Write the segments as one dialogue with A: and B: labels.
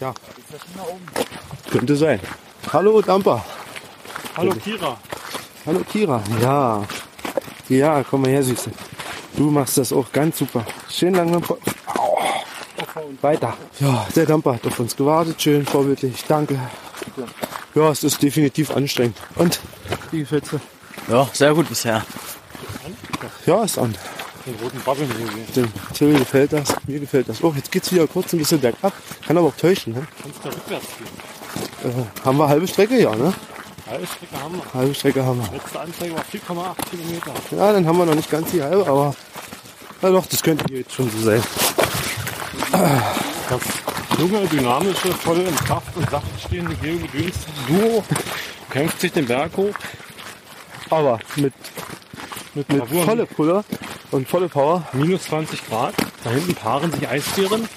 A: Wir sind nach oben.
B: Könnte sein. Hallo Damper.
C: Hallo Kira.
B: Hallo Kira. Ja. Ja, komm mal her, Süße. Du machst das auch ganz super. Schön langsam vor- Au. weiter. Ja, der Damper hat auf uns gewartet. Schön vorbildlich. Danke. Ja, es ist definitiv anstrengend. Und wie gefällt's dir?
A: Ja, sehr gut bisher.
B: Ja, ist an.
C: Den roten Babbeln hier sehen.
B: Dem Till gefällt das. Mir gefällt das. Oh, jetzt geht's wieder kurz ein bisschen bergab. Kann aber auch täuschen. Ne?
C: Kannst du rückwärts gehen.
B: Äh, haben wir halbe Strecke? Ja, ne?
C: Alle Strecke haben wir.
B: Halbe Strecke haben wir.
C: Letzte Anzeige war 4,8 Kilometer.
B: Ja, dann haben wir noch nicht ganz die halbe, aber ja doch, das könnte hier jetzt schon so sein.
C: Das junge, dynamische, voll in Kraft und Sachen stehende geogedünste Duo kämpft sich den Berg hoch
B: Aber mit,
C: mit,
B: mit
C: Bravour.
B: volle Puller und volle Power,
C: minus 20 Grad. Da hinten paaren sich Eisbären.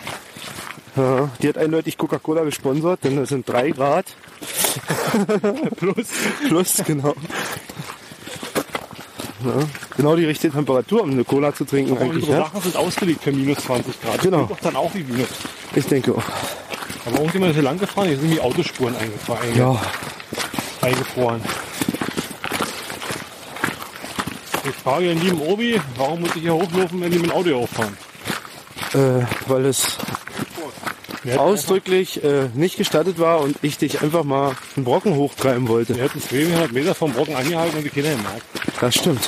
B: ja, die hat eindeutig Coca-Cola gesponsert, denn das sind drei Grad
C: Plus
B: plus, genau. Ja, genau die richtige Temperatur, um eine Cola zu trinken eigentlich.
C: unsere
B: Ne?
C: Sachen sind ausgelegt für minus 20 Grad.
B: Genau.
C: Das klingt doch dann auch wie minus.
B: Ich denke auch.
C: Aber irgendjemand ist hier lang gefahren, hier sind die Autospuren eingefahren,
B: Ja,
C: eingefroren. Ich frage den lieben Obi, warum muss ich hier hochlaufen, wenn die mit dem Auto hier hochfahren?
B: äh, weil es
C: Wir hätten
B: ausdrücklich äh, nicht gestattet war und ich dich einfach mal einen Brocken hochtreiben
C: einfach-
B: wollte.
C: Wir hätten 200 Meter vom Brocken angehalten und die Kinder gemerkt.
B: Das stimmt.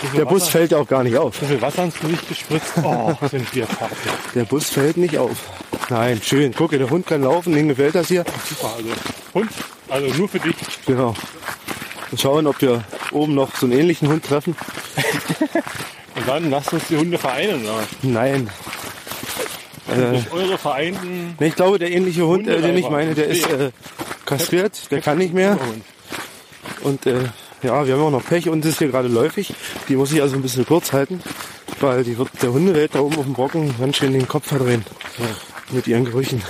C: So viel
B: Der Bus
C: Wasser-
B: fällt ja auch gar nicht auf.
C: So viel Wasser ins Gesicht gespritzt. Oh, sind wir fertig.
B: Der Bus fällt nicht auf. Nein, schön. Guck, der Hund kann laufen, dem gefällt das hier.
C: Super, also. Und? Also nur für dich.
B: Genau. Und schauen, ob wir oben noch so einen ähnlichen Hund treffen.
C: Und dann lasst uns die Hunde vereinen. Ja.
B: Nein. Äh,
C: Durch eure vereinten
B: nee, ich glaube, der ähnliche Hund, äh, den ich meine, der ist äh, kastriert, der kann nicht mehr.
C: Hund.
B: Und äh, ja, wir haben auch noch Pech und es ist hier gerade läufig. Die muss ich also ein bisschen kurz halten, weil die wird der Hundewelt da oben auf dem Brocken ganz schön den Kopf verdrehen. Mit ihren Gerüchen.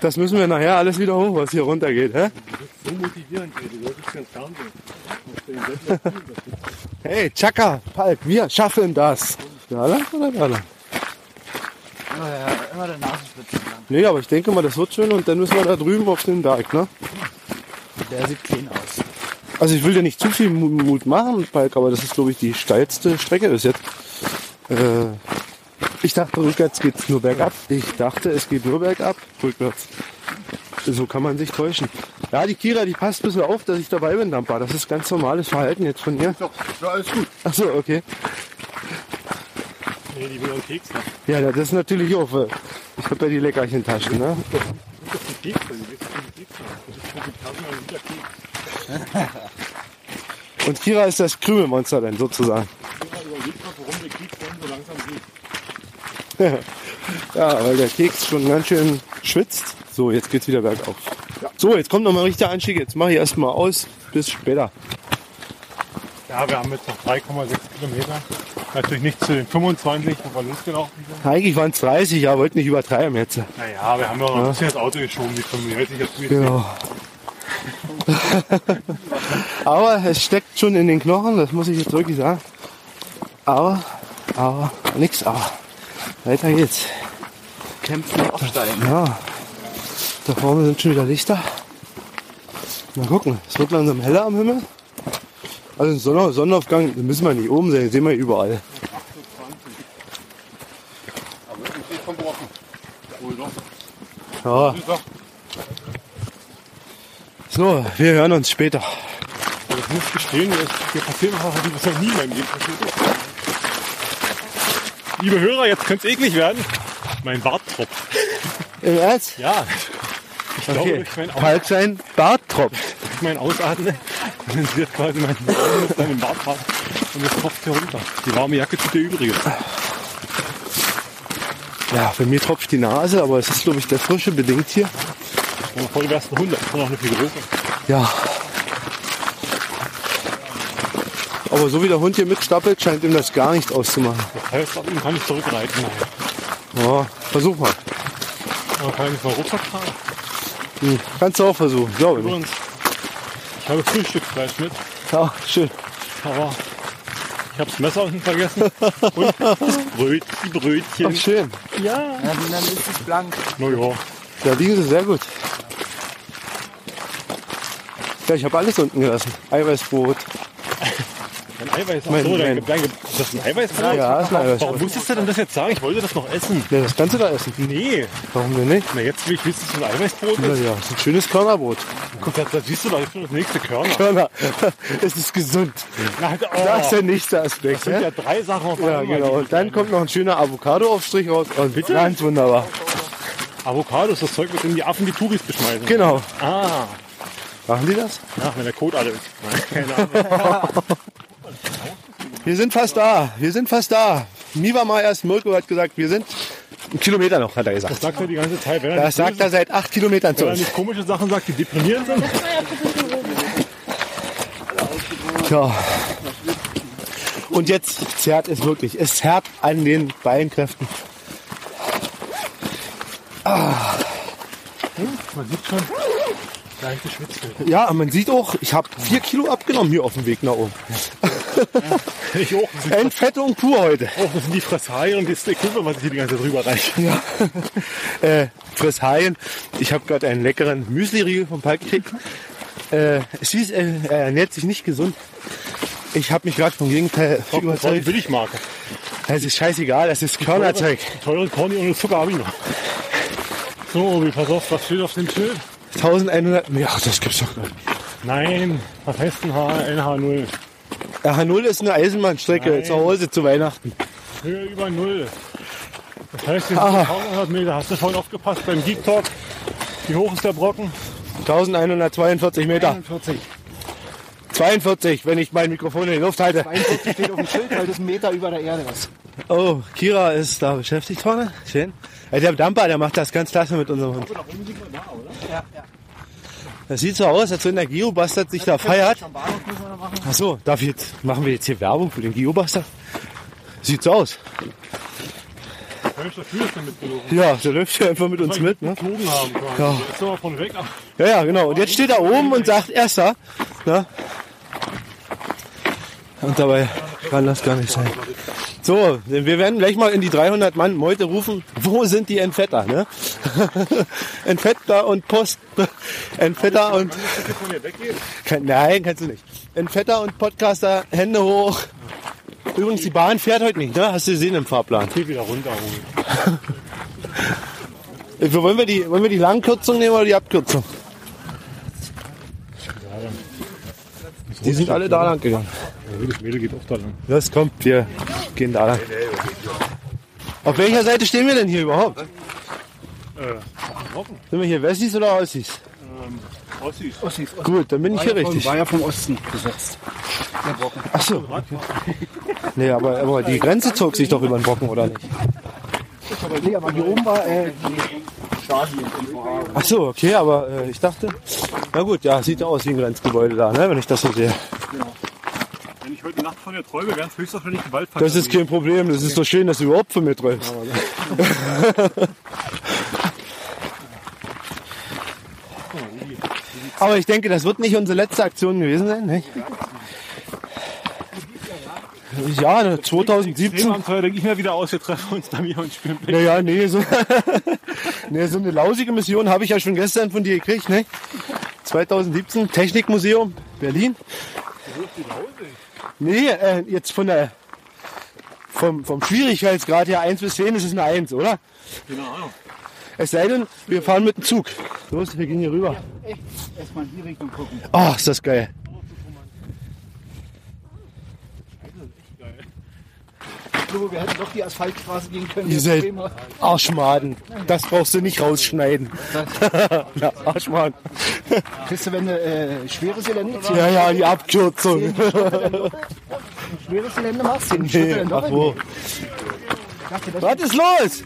B: Das müssen wir nachher alles wieder hoch, was hier runtergeht, hä?
C: So motivierend, ey. Du solltest ganz Fernsehen.
B: Hey, Chaka, Palk, wir schaffen das. Da lang oder da lang?
A: Immer der, immer der Nasenspitzen lang.
B: Nee, aber ich denke mal, das wird schön und dann müssen wir da drüben auf den Berg, ne?
A: Der sieht clean aus.
B: Also ich will dir nicht zu viel Mu- Mut machen, Palk, aber das ist, glaube ich, die steilste Strecke bis jetzt. Äh, ich dachte, rückwärts geht's nur bergab. Ich dachte, es geht nur bergab, rückwärts. So kann man sich täuschen. Ja, die Kira, die passt ein bisschen auf, dass ich dabei bin, Dampa. Das ist ganz normales Verhalten jetzt von ihr.
D: Doch, ist doch alles gut.
B: Ach so, okay.
C: Nee, die will einen Keks noch.
B: Ja, das ist natürlich auch. äh, Ich habe ja die Leckerchentaschen, ne?
C: Guck doch die Kekse, die willst doch die Kekse. Das ist Vogel und wieder Keks.
B: Und Kira ist das Krümelmonster dann sozusagen.
C: Kira überlegt mal, warum der Keks dann so langsam geht.
B: Ja, weil der Keks schon ganz schön schwitzt. So, jetzt geht's wieder bergauf. So, jetzt kommt nochmal ein richtiger Anstieg. Jetzt mache ich erstmal aus. Bis später.
C: Ja, wir haben jetzt noch 3,6 Kilometer. Natürlich nicht zu den 25, wo wir losgelaufen sind.
B: Eigentlich waren es 30, ja, wollte nicht übertreiben jetzt.
C: Naja, wir haben ja noch ein bisschen das Auto geschoben, die 95. Jetzt bin ich
B: Genau. aber es steckt schon in den Knochen, das muss ich jetzt wirklich sagen. Aber, aber, nix, aber. Weiter geht's.
A: Kämpfen und aufsteigen.
B: Ja, da vorne sind schon wieder Lichter. Mal gucken, es wird langsam heller am Himmel. Also den Sonne- Sonnenaufgang den müssen wir nicht oben sehen, den sehen wir überall.
D: Aber ich bin vom Brocken. Wohl doch.
B: Ja. So, wir hören uns später.
C: Ich muss gestehen, mir ist- mir passiert noch was, was noch nie in meinem Leben passiert ist. Liebe Hörer, jetzt könnte es eklig werden. Mein Barttropf.
B: Im Ernst?
C: Ja. Ich glaube,
B: Okay.
C: durch mein, Aus,
B: Falk sein Bart tropft.
C: durch mein Ausatmen kondensiert quasi mein Atmen mit meinem Barthaar und es tropft hier runter. Die warme Jacke tut dir übrigens.
B: Ja, bei mir tropft die Nase, aber es ist, glaube ich, der Frische bedingt hier.
C: Und voll wärst ein Hund, das ist noch eine viel größer.
B: Ja. Aber so wie der Hund hier mitstapelt, scheint ihm das gar nicht auszumachen.
C: Das heißt, ab ihm kann ich zurückreiten.
B: Ja, versuch mal.
C: Aber kann ich nicht mal Rucksack fahren?
B: Hm, Kannst du auch versuchen, glaube ich.
C: Übrigens, ich habe Frühstücksfleisch mit.
B: Ja, schön.
C: Aber ich habe das Messer unten vergessen. Und das Bröt, die Brötchen.
B: Ach, schön.
C: Ja.
A: Ja, dann ist es blank.
C: Na ja.
B: Da liegen sie sehr gut. Ja, ich habe alles unten gelassen. Eiweißbrot.
C: Ein Eiweiß. Ach
B: Mein-
C: so, dein,
B: mein-
C: dein, ist das ein Eiweißbrot?
B: Ja, ist ein
C: Warum
B: Eiweißbrot.
C: musstest du denn das jetzt sagen? Ich wollte das noch essen.
B: Ja, das kannst du da essen.
C: Nee.
B: Warum denn nicht?
C: Na, jetzt will ich wissen, dass es ein Eiweißbrot
B: Ja,
C: ist.
B: ja, ist ein schönes Körnerbrot.
C: Guck, da, da siehst du doch, ich bin das nächste Körner.
B: Körner. es ist gesund.
C: Na, oh,
B: Das ist
C: das
B: der nächste Aspekt.
C: sind ja
B: Ja,
C: drei Sachen auf
B: ja
C: einmal,
B: genau.
C: die
B: Und dann kommt noch ein schöner Avocado-Aufstrich raus. Und
C: Bitte?
B: Ganz wunderbar.
C: Avocados, das Zeug, mit dem die Affen die Touris beschmeißen.
B: Genau.
C: Ah,
B: Machen die das?
C: ach, wenn der Kot alle ist. Nein, keine Ahnung.
B: Wir sind fast da. Wir sind fast da. Miebermeier ist Mirko hat gesagt, wir sind einen Kilometer noch, hat er gesagt.
C: Das sagt er die ganze Zeit. Wenn er,
B: Das
C: nicht,
B: sagt er seit acht Kilometern zu
C: wenn er
B: uns.
C: nicht komische Sachen sagt, die deprimierend sind,
B: Tja. Und jetzt zerrt es wirklich. Es zerrt an den Beinkräften.
C: Ah. man sieht schon, dein geschwitzt wird.
B: Ja, man sieht auch, ich habe vier Kilo abgenommen hier auf dem Weg nach oben.
C: Ich auch. Das sind,
B: Entfettung pur heute.
C: auch, das sind die Fressalien und das Equipment, was ich hier die ganze Zeit drüber reiche.
B: Ja. äh, Friss Haien. Ich habe gerade einen leckeren Müsli-Riegel vom Park gekriegt. Äh, es hieß, äh, er ernährt sich nicht gesund. Ich habe mich gerade vom Gegenteil überzeugt.
C: Will ich Marke.
B: Es ist scheißegal, es ist Körnerzeug.
C: Teure Corny ohne Zucker habe ich noch. So, Obi, pass auf, was steht auf dem Schild?
B: 1100, ja, das gibt's doch gar nicht.
C: Nein, was heißt denn H- NH0?
B: H0 ist eine Eisenbahnstrecke
C: Nein.
B: zu Hause zu Weihnachten.
C: Höhe über Null. Das heißt, wir sind 1100 Meter. Hast du vorhin aufgepasst beim Geek Talk? Wie hoch ist der Brocken?
B: 1142 Meter.
A: 41.
B: 42, wenn ich mein Mikrofon in die Luft halte.
A: 41 steht auf dem Schild, weil das ein Meter über der Erde ist.
B: Oh, Kira ist da beschäftigt vorne. Schön. Ja, der Dumper, der macht das ganz klasse mit unserem Hund.
A: Ja, ja.
B: Das sieht so aus, als wenn der Geobastard sich da feiert.
A: Am Bahnhof müssen wir noch machen.
B: Ach so, darf ich jetzt, machen wir jetzt hier Werbung für den Geobastard? Sieht so aus.
C: Mensch, dafür ist er mitgelaufen.
B: Ja, der läuft hier einfach mit uns mit. Ne?
C: Geflogen haben quasi.
B: Ja.
C: Jetzt sind wir von weg. aber
B: Ja, ja, genau. Und jetzt steht er oben und sagt Erster. Ne? Und dabei kann das gar nicht sein. So, wir werden gleich mal in die 300 Mann Meute rufen. Wo sind die Entfetter? Ne? Entfetter und Post. Entfetter und...
C: Wenn das jetzt von hier weggeht,
B: Kein, nein, kannst du nicht. Entfetter und Podcaster, Hände hoch. Übrigens, die Bahn fährt heute nicht, ne? Hast du gesehen im Fahrplan.
C: geht wieder runter. Obi.
B: Äh, Wollen wir die, wollen wir die Langkürzung nehmen oder die Abkürzung? Die sind alle da lang gegangen.
C: Ja, jedes Mädel geht auch da lang.
B: Das kommt, wir gehen da lang. Auf welcher Seite stehen wir denn hier überhaupt?
C: Äh,
B: Sind wir hier Wessis oder Ossis?
C: Ossis.
A: Ossis, Ossis.
B: Gut, dann bin ich hier richtig.
A: War ja vom Osten besetzt. Der Brocken.
B: Achso. Nee, aber, aber die Grenze zog sich doch über den Brocken, oder nicht?
A: Nee, aber hier oben war äh, die Stadien.
B: Ach so, okay, aber äh, ich dachte, na gut, ja, sieht ja aus wie ein Grenzgebäude da, ne, wenn ich das so sehe.
C: Wenn ich heute Nacht von dir träume, wären es höchstwahrscheinlich Gewaltfall.
B: Das ist kein Problem, das ist doch schön, dass du überhaupt von mir träumst. Aber ich denke, das wird nicht unsere letzte Aktion gewesen sein, nicht? Ja, ne,
C: Dem
B: 2017.
C: Abenteuer denke ich mir wieder aus, wir treffen uns bei mir und spielen Play.
B: Naja, nee, so, nee, so eine lausige Mission habe ich ja schon gestern von dir gekriegt, ne? 2017, Technikmuseum, Berlin. Nee, äh, jetzt von der, vom, vom Schwierigkeitsgrad her 1 bis 10 ist es eine 1, oder?
C: Keine
B: Genau.
C: Ahnung.
B: Es sei denn, wir fahren mit dem Zug. Los, wir gehen hier rüber.
A: Echt, erstmal in die Richtung gucken.
B: Oh, ist das geil.
A: So, wir hätten doch die Asphaltstraße gehen können.
B: Ihr
A: Das
B: seid
A: Problem war-
B: Arschmaden. Das brauchst du nicht rausschneiden. Na, Arschmaden.
A: Kriegst du, wenn du äh, schweres Gelände ziehst,
B: Ja, ja, die Abkürzung.
A: schweres Gelände machst, den Schritt
B: Nee,
A: dann doch
B: ach wo. Was ist los?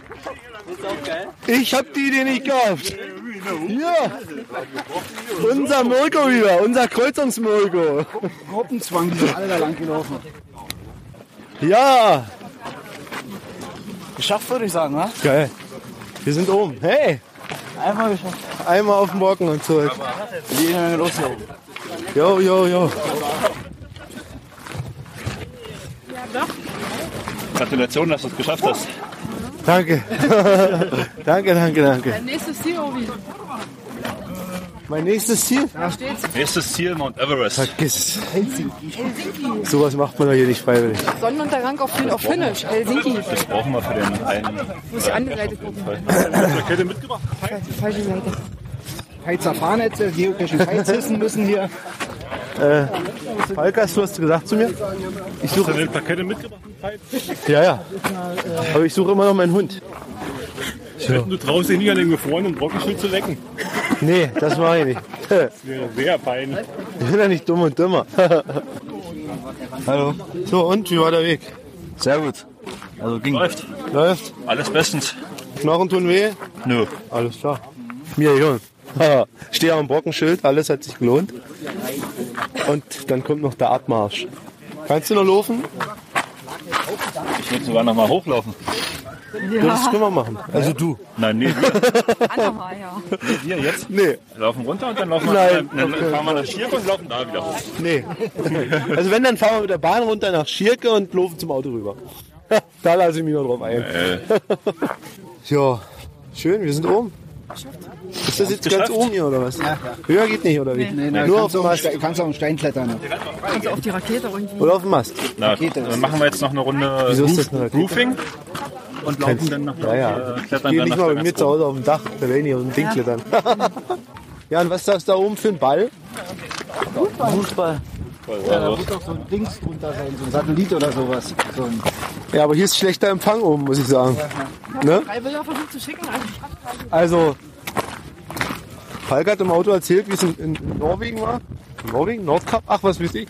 B: Ich hab die Idee nicht gehabt. Ja. Unser Mirko wieder, unser Kreuzungsmirko.
A: in Gruppenzwang, die sind alle da lang gelaufen.
B: Ja.
A: Geschafft, würde ich sagen, wa?
B: Geil. Wir sind oben. Hey,
A: Einmal geschafft.
B: einmal auf den Brocken und zurück.
A: Jede Menge los hier oben.
B: Jo, jo, jo.
C: Gratulation, dass du es geschafft hast.
B: Danke. danke, danke, danke.
E: Dein nächstes Ziel, Obi.
B: Mein nächstes Ziel?
E: Da steht's.
F: Nächstes Ziel Mount Everest.
B: Vergiss.
E: Helsinki.
B: Sowas macht man doch hier nicht freiwillig.
E: Sonnenuntergang auf, Fin- auf Finnisch. Helsinki.
F: Das brauchen wir für den einen.
E: Muss ich andere Seite gucken.
C: Kette mitgebracht.
E: Falsche Seite.
A: Heizer Fahrnetze, Geocaching Heizissen müssen hier.
B: Falkas, du hast gesagt zu mir?
C: Ich suche eine Plakette mitgebracht.
B: Ja, ja. Aber ich suche immer noch meinen Hund.
C: Du traust dich nicht an den gefrorenen Brockenschuh zu lecken.
B: Nee, das mache ich nicht.
C: Das wäre sehr peinlich.
B: Ich bin ja nicht dumm und dümmer.
A: Hallo.
B: So, und wie war der Weg?
A: Sehr gut. Also ging.
F: Läuft.
B: Läuft?
F: Alles bestens.
B: Knochen tun weh?
F: Nö.
B: Alles klar. Mir Jung. Stehe am Brockenschild, alles hat sich gelohnt. Und dann kommt noch der Abmarsch. Kannst du noch laufen?
F: Ich würde sogar noch mal hochlaufen.
B: Das können wir machen. Also du.
F: Nein, nee, wir,
E: Andermal, ja.
F: wir jetzt
B: Nee,
F: laufen runter und dann laufen wir
B: Nein.
F: dann, dann fahren wir nach Schirk und laufen da wieder hoch.
B: nee. Also wenn, dann fahren wir mit der Bahn runter nach Schirke und laufen zum Auto rüber. Da lasse ich mich noch drauf ein. Ja, schön, wir sind oben. Ist das jetzt ganz
F: Geschafft.
B: oben hier oder was? Höher geht nicht oder wie? Nur auf dem
A: kannst, du auf,
B: Mast.
A: den Ste- kannst du auf den Stein klettern.
E: Kannst du auf die Rakete irgendwie.
B: Oder auf dem Mast.
F: Na, dann machen wir jetzt noch eine Runde
B: Wieso ist das
F: Roof-
B: eine Rakete?
F: Roofing und laufen dann nach
B: Ja, ja.
F: äh,
B: Ich
F: klettern
B: gehe
F: dann
B: nicht
F: nach
B: mal
F: da
B: bei
F: ganz
B: mir zu
F: hoch.
B: Hause auf dem Dach. Da werde ich auf dem Ding klettern. ja, und was sagst du da oben für einen Ball?
A: Fußball. Ja, da muss doch so ein Dings drunter sein, so ein Satellit oder sowas. So ein
B: Ja, aber hier ist schlechter Empfang oben, muss ich sagen. Ne?
E: Drei Bilder versucht zu schicken. aber ich hab-
B: Also, Falk hat im Auto erzählt, wie es in, in in Norwegen war. In Norwegen? Nordkap? Ach, was weiß ich.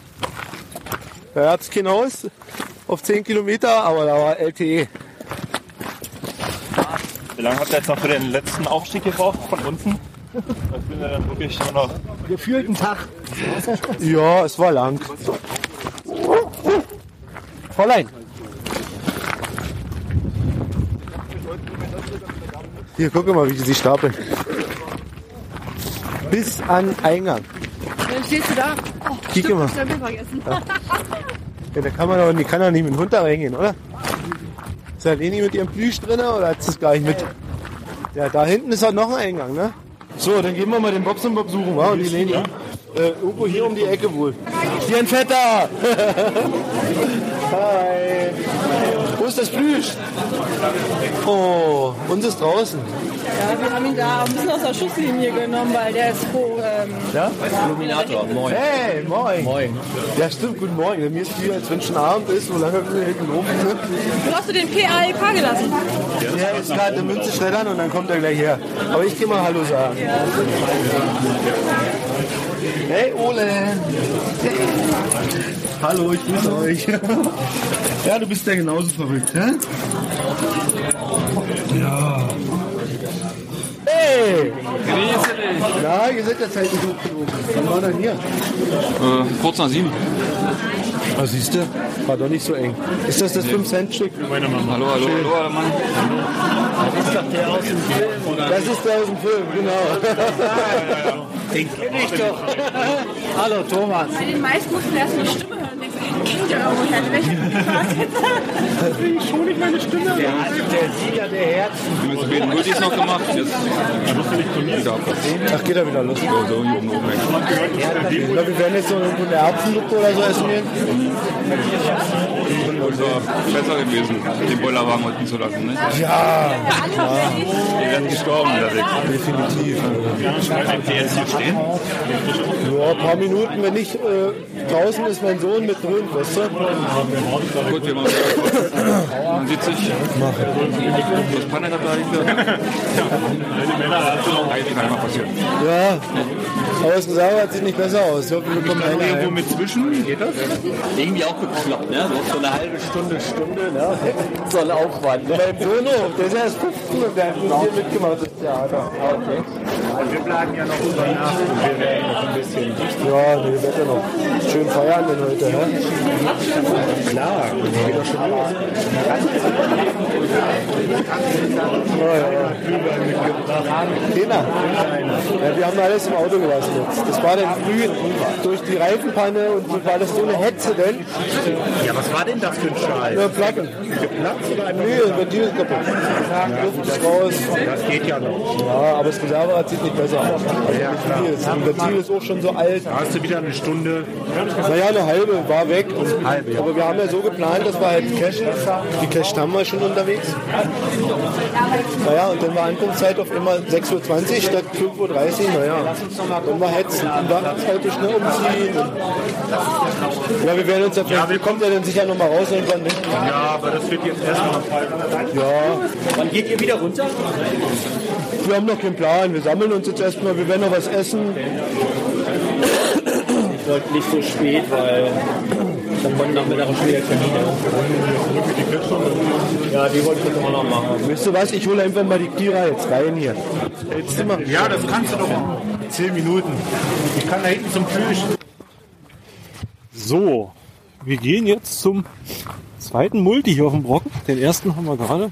B: Da hat es kein Haus auf 10 Kilometer, aber da war E. LTE.
F: Wie lange habt ihr jetzt noch für den letzten Aufstieg gebraucht von unten? Das sind ja dann wirklich nur noch
A: gefühlten Tag.
B: Ja, es war lang. Fräulein. Hier, guck mal, wie die sich stapeln. Bis an Eingang.
E: Dann stehst du da. Oh,
B: Kick
E: stimmt,
B: immer.
E: ich hab Bild vergessen.
B: Ja, da kann man doch nicht, kann doch nicht mit dem Hund da reingehen, oder? Ist da Leni mit ihrem Plüsch drin oder hat sie es gar nicht mit? Ja, da hinten ist halt noch ein Eingang, ne? So, dann gehen wir mal den Bobs und Bob suchen, wa? Und die Leni. Äh, irgendwo hier um die Ecke wohl. Hier ein Vetter! Hi! Wo ist das Plüsch? Oh, uns ist draußen.
G: Ja, wir haben ihn da ein bisschen aus der Schusslinie genommen, weil der ist pro. Ähm,
B: Hey, moin! Moin. Ja, stimmt, guten Morgen. Mir ist viel, als wenn schon Abend ist, wo lange wir hinten rum sind.
G: du hast du den PALK gelassen.
B: Der ist gerade eine Münze schreddern und dann kommt er gleich her. Aber ich gehe mal Hallo sagen. Hey Ole! Hallo, ich grüße euch. Ja, du bist ja genauso verrückt, hä? Ja. Hey! Grüße dich! Na, ihr seid halt ja zeitlich hochgekommen. Wann war denn hier?
H: Äh, kurz nach sieben.
B: Ah, siehst du? War doch nicht so eng. Ist das das 5-Cent-Stück?
H: Hallo, hallo, hallo, hallo, Mann.
B: Das ist der aus dem Film, genau.
A: Hallo Thomas.
E: Bei den meisten mussten erst eine Stimme hören. Ich denke, Kind ja irgendwo her.
A: Der Sieger der Herzen.
H: Wir müssen beten. Multis noch gemacht. Jetzt
B: Ach, geht er wieder los.
H: so hier oben, oben weg.
B: Ich glaube, wir werden jetzt so irgendwo eine Erbsensuppe oder so essen gehen.
H: Und war besser gewesen, den Bollerwagen unten zu lassen. Ne?
F: Wir werden gestorben unterwegs.
B: Definitiv.
F: Bleibt ihr jetzt hier stehen?
B: Ja, ein paar Minuten, wenn nicht. Äh, draußen ist mein Sohn mit drin, weißt du?
H: Gut, wir machen es. Man sieht sich. Was Panne hat da hinter? Eigentlich kann immer passieren.
B: Ja. Aber das Gesauber hat sieht nicht besser aus. Ich hoffe, wir bekommen eine heim.
F: mit zwischen? Geht das?
I: Irgendwie auch geklappt, ne? So eine halbe Stunde, Stunde, ne?
B: Soll auch wann. Mein Sohn auch. Der ist erst 15 und der hat mit mir mitgemacht. Das Theater. Wir bleiben ja noch über Nacht. Wir werden noch ein bisschen. Ja, nee, wir werden ja noch. Schön feiern denn heute, ne? Trainer. Ja, wir haben alles im Auto gelassen jetzt. Das war dann früh durch die Reifenpanne und war das so eine Hetze denn.
C: Ja, was war denn das für ein Schal?
B: Nur Platten.
C: Platz oder ein
B: Nö, das Ventil ist kaputt. Luft ist raus.
C: Das geht ja noch.
B: Ja, aber das Reserverad sieht nicht besser aus.
C: Ja, klar.
B: Hier ist- Und das Ventil ist auch schon so alt.
C: Da hast du wieder eine Stunde.
B: Naja, eine halbe war weg. Aber wir haben ja so geplant, dass wir halt Cash, die Cash haben wir schon unterwegs. Naja, und dann war Ankunftszeit auf immer 6.20 Uhr statt 5.30 Uhr. Naja, und wir hetzen und dann halt so schnell umziehen. Ja, wir werden uns ja vielleicht, ja, kommt ja dann sicher nochmal raus irgendwann. Ne?
C: Ja, aber das wird jetzt erstmal.
B: Ja,
I: Wann geht ihr wieder runter?
B: wir haben noch keinen Plan. Wir sammeln uns jetzt erstmal, wir werden noch was essen.
I: Ich wollte nicht so spät, weil ich habe heute Nachmittag schon wieder Termine. Ja, die wollte ich heute auch noch machen.
B: Wisst ihr was, ich hole einfach mal die Kira jetzt rein hier. Jetzt sind wir.
C: Ja, das kannst du doch. machen. Zehn Minuten. Ich kann da hinten zum Kühlschrank.
F: So, wir gehen jetzt zum zweiten Multi hier auf dem Brocken. Den ersten haben wir gerade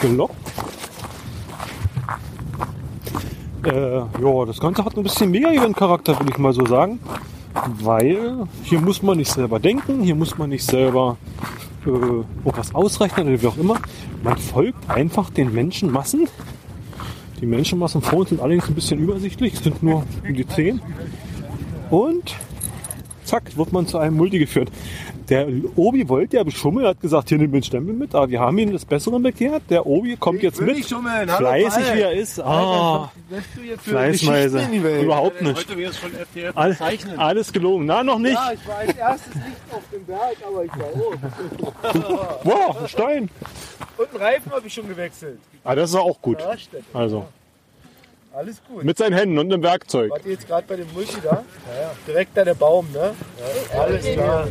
F: gelockt. Äh, ja, das Ganze hat ein bisschen Mega-Event-Charakter, würde ich mal so sagen. Weil hier muss man nicht selber denken, hier muss man nicht selber äh, irgendwas ausrechnen oder wie auch immer. Man folgt einfach den Menschenmassen. Die Menschenmassen vor uns sind allerdings ein bisschen übersichtlich, es sind nur um die 10. Und zack, wird man zu einem Multi geführt. Der Obi wollte ja beschummeln, hat gesagt, hier nimm den Stempel mit, aber wir haben ihm das Bessere bekehrt. Der Obi kommt jetzt mit, fleißig wie er ist. Ah, fleißweise.
B: Geschichten in die Welt?
F: Überhaupt nicht.
J: Äh, Heute wird es von FDF
F: All, alles gelogen. Na, noch nicht.
A: ich war als erstes nicht auf dem Berg, aber ich war oben.
F: Wow, ein Stein.
A: Und einen Reifen habe ich schon gewechselt.
F: Ah, das ist auch gut.
A: Ja, stimmt.
F: Also,
A: Alles gut.
F: mit seinen Händen und dem Werkzeug.
A: Wart ihr jetzt gerade bei dem Multi da? Ja, ja. Direkt da der Baum, ne? Ja, alles klar.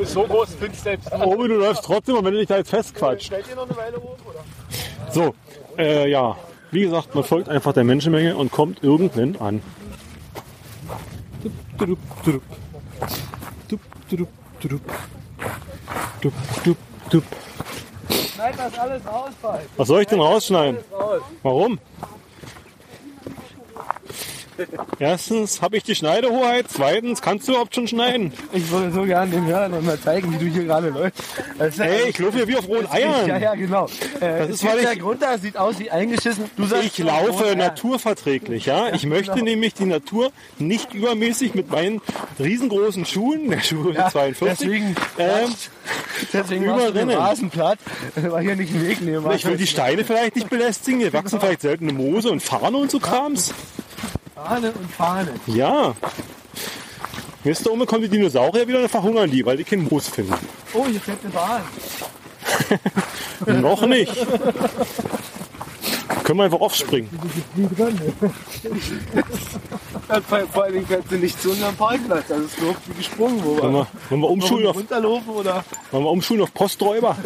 J: ist so groß, findest selbst.
F: Obi, du läufst trotzdem und wenn du dich da jetzt festquatscht.
A: Seid ihr noch eine Weile oben, oder?
F: So, äh, ja. Wie gesagt, man folgt einfach der Menschenmenge und kommt irgendwann an. Dup, dudup, dudup. Dup, dudup, dudup. Dup, dup, dup.
A: Schneid das alles raus, Falk.
F: Was soll ich denn rausschneiden?
A: Raus.
F: Warum? Erstens habe ich die Schneidehoheit, zweitens kannst du überhaupt schon schneiden.
A: Ich würde so gerne dem Hörern noch mal zeigen, wie du hier gerade läufst. Das ist ja-
F: Ey, ich laufe hier wie auf rohen
A: Ja,
F: Eiern.
A: ja, genau. Äh,
F: ist,
A: es gibt
F: weil ich-
A: ja Grund, das sieht aus wie eingeschissen. Du sagst,
F: Ich
A: du hast rote
F: laufe
A: Eier.
F: naturverträglich, ja. Ich möchte nämlich die Natur nicht übermäßig mit meinen riesengroßen Schuhen, der Schuhe
A: Ja,
F: 42,
A: deswegen-
F: ähm,
A: Deswegen machst du den
F: überrennen.
A: Rasen platt, weil hier nicht einen Weg nehmen
F: ich will die Steine vielleicht nicht belästigen. Hier wachsen vielleicht seltene Moose und Farne und so Krams.
A: Fahne und Fahne.
F: Ja. Wisst ihr, Ome kommen die Dinosaurier wieder und verhungern die, weil die kein Moos finden.
A: Oh, hier fährt eine Bahn.
F: Noch nicht. Können wir einfach aufspringen.
A: Vor, vor allen Dingen fährt sie nicht zu unserem Parkplatz. Also es läuft wie gesprungen. Wo
F: Wenn
A: wir
F: wir, wenn wir, umschulen, auf,
A: runterlaufen oder?
F: wenn wir umschulen auf Posträuber.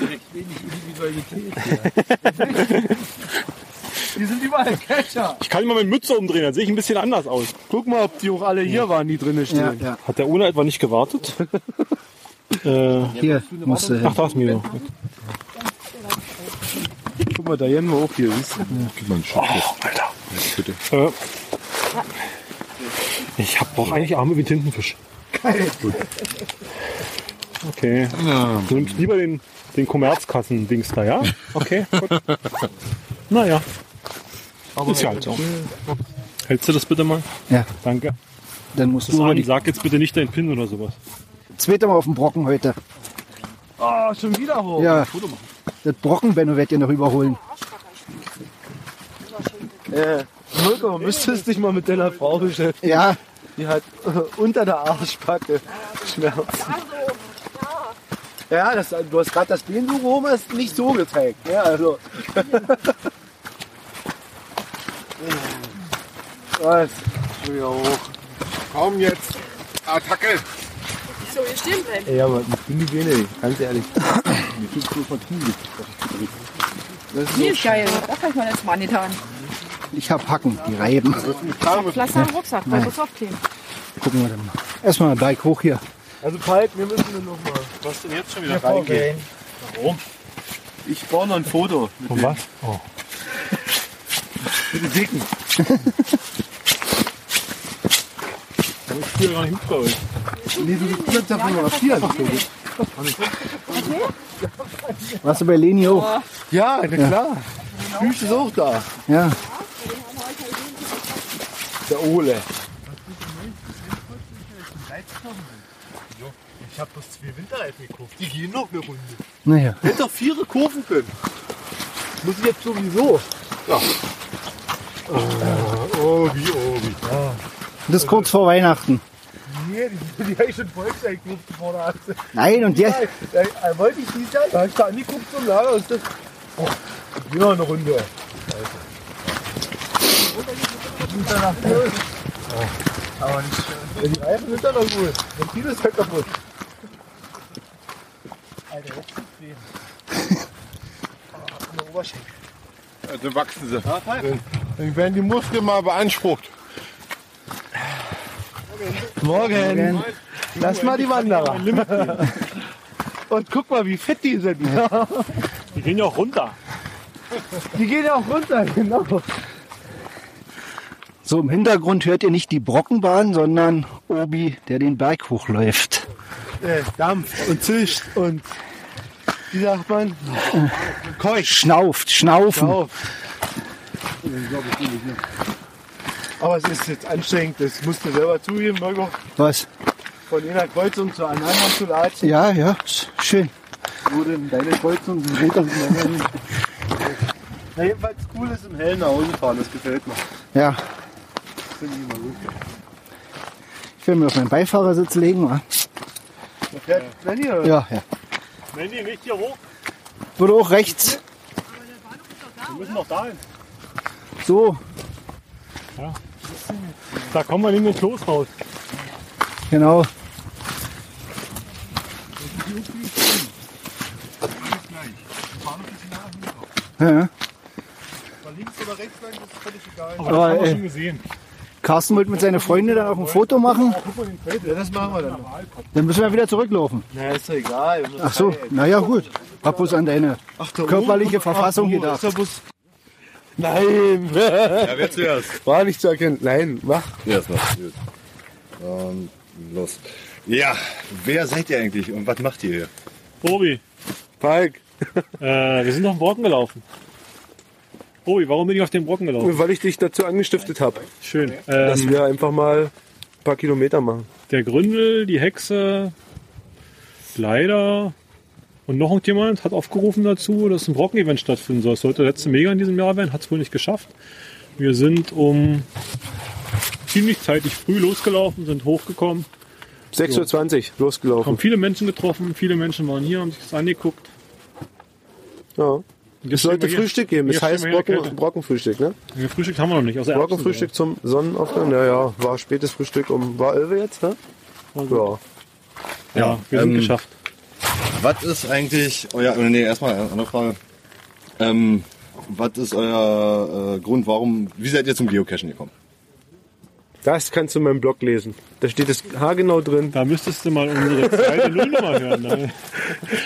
A: Wenig Individualität. Hier sind überall Kescher.
F: Ich kann immer meine Mütze umdrehen, dann sehe ich ein bisschen anders aus.
B: Guck mal, ob die auch alle hier waren, die drinnen stehen.
F: Hat der Una etwa nicht gewartet? äh,
A: Hier musst du
F: ach, da ist Milo.
B: Guck mal, da haben wir auch hier. siehst du?
F: Oh, Äh, ich hab, brauch eigentlich Arme wie Tintenfisch. Okay. Du nimmst lieber den, den Kommerzkassen-Dings da, ja? Okay, gut. Naja. Aber ist ja halt so. Hältst du das bitte mal?
A: Ja.
F: Danke.
A: Dann musst
F: Das war, sag jetzt bitte nicht dein Pin oder sowas.
A: zweite Mal auf dem Brocken heute.
B: Ah, schon wieder hoch.
A: Ja. Das Brocken-Benno werdet ihr noch überholen.
B: Äh, Mirko, müsstest dich mal mit deiner Frau beschäftigen.
A: Ja.
B: Die hat äh, unter der Arschbacke Schmerzen.
A: Ja, das, du hast gerade das Bindung ist nicht so gezeigt. Ja, also. Was? Ja, hoch.
J: Komm jetzt. Attacke.
G: So, ihr stehen bleiben.
B: Ja, aber ich bin die Bene, ganz ehrlich.
K: Die ist geil. Da kann ich mal jetzt mal getan.
A: Ich hab Hacken, die reiben.
G: Pflaster am Rucksack, weil muss aufkleben.
A: gucken wir dann mal. Erstmal Bike hoch hier.
F: Also Palk,
A: ne?
F: wir müssen noch mal.
I: Was denn jetzt schon wieder reingehen? Warum? Ich brauche noch ein Foto. Mit
F: Von
I: dem.
F: was? Oh.
A: Mit den Dicken.
I: Ich spüre gar nicht mit bei euch.
B: Nee, du kannst ja fotografieren.
A: Warst du bei Leni hoch?
B: Ja, na klar. Hüsch ist auch da.
A: Ja.
B: Der Ole.
L: Ich habe bloß zwei Winterreifen gekauft. Die gehen noch eine Runde.
A: Naja.
L: Ich hätte doch vier kaufen können. Muss ich jetzt sowieso. Ja. Oh, wie, oh, wie.
A: Das ist kurz vor Weihnachten.
L: Nee, die, die habe ich schon Volkswagen gekauft, bevor der Arzt.
A: Nein, und jetzt.
L: Da, da wollte ich nicht sein. Da habe ich da angeguckt zum Lager und das. Oh, geh noch eine Runde. Alter. Oh, aber nicht schön. Ja, die Reifen sind da noch gut. Der Tier ist halt kaputt. Alter, jetzt tut's weh. Oh, an der Oberschenkel.
M: Also wachsen sie. Dann, dann werden die Muskeln mal beansprucht.
B: Morgen. Lass mal die Wanderer. Und guck mal, wie fett die sind.
F: Die gehen ja auch runter.
B: Die gehen ja auch runter, genau.
A: So im Hintergrund hört ihr nicht die Brockenbahn, sondern Obi, der den Berg hochläuft.
B: Äh, Dampf und zischt und wie sagt man? Keuch.
A: Schnauft, schnaufen.
B: Auf. Ich glaub, ich bin nicht mehr. Aber es ist jetzt anstrengend, das musst du selber zugeben, Mirko,
A: Was?
B: von einer Kreuzung zur anderen zu latschen.
A: Ja, ja, ist schön.
B: Wo denn deine Kreuzung die Meter sind. Na, jedenfalls cool ist im Hellen nach Hause fahren, das gefällt mir.
A: Ja,
B: Das finde ich immer gut.
A: ich will mir auf meinen Beifahrersitz legen. wa?
B: Da fährt Lenny oder?
A: Ja, ja.
F: Wenn die nicht hier hoch,
A: Würde auch rechts.
F: wir müssen noch dahin.
A: So,
F: Da kommen wir nicht mit los raus.
A: genau. Ja,
F: Aber das
A: Aber,
F: haben wir
A: ey.
F: schon gesehen.
A: Äh, Carsten wollte mit seinen Freunden dann auch ein Foto machen.
B: Ja, das machen wir dann noch.
A: Dann müssen wir wieder zurücklaufen.
B: Na, ist doch egal.
A: Ach so, naja gut. Hab bloß an deine
B: Ach, da
A: körperliche
B: oben-
A: Verfassung
B: Ach,
A: gedacht.
B: Ist der Bus. Nein,
I: Ja, wer zuerst?
B: war nicht zu erkennen. Nein, mach.
I: Erstmal. Gut. Und los. Ja, wer seid ihr eigentlich und was macht ihr hier?
F: Obi,
B: Falk,
F: äh, wir sind auf den Brocken gelaufen. Obi, warum bin ich auf den Brocken gelaufen?
B: weil ich dich dazu angestiftet habe,
F: Schön.
B: dass
F: Ähm,
B: wir einfach mal ein paar Kilometer machen.
F: der Gründel, die Hexe, leider und noch irgendjemand hat aufgerufen dazu, dass ein Brocken-Event stattfinden soll. Es sollte der letzte Mega in diesem Jahr werden, hat es wohl nicht geschafft. Wir sind um ziemlich zeitig früh losgelaufen, sind hochgekommen
B: 6.20 Uhr losgelaufen.
F: Haben viele Menschen getroffen, viele Menschen waren hier, haben sich das angeguckt.
B: Ja.
F: Und
B: Es
F: jetzt
B: sollte
F: stehen wir hier-
B: Frühstück geben. Es
F: hier
B: heißt
F: stehen wir hier in der
B: Brocken, Brockenfrühstück, ne?
F: Kälte. Nee, Frühstück haben wir noch nicht. Außer Erbsen.
B: Brockenfrühstück zum Sonnenaufgang. Ja, ja, war spätes Frühstück um, war 11 Uhr jetzt, ne?
F: Also.
B: Ja.
F: Ja, wir sind
I: Ähm,
F: geschafft.
I: Was ist eigentlich
H: oh
I: euer. äh, Nee, erstmal eine andere Frage. Ähm, was ist euer äh, Grund, warum. Wie seid ihr zum Geocachen gekommen?
B: Das kannst du in meinem Blog lesen. Da steht es haargenau drin.
F: Da müsstest du mal unsere zweite Nullnummer hören. Ne?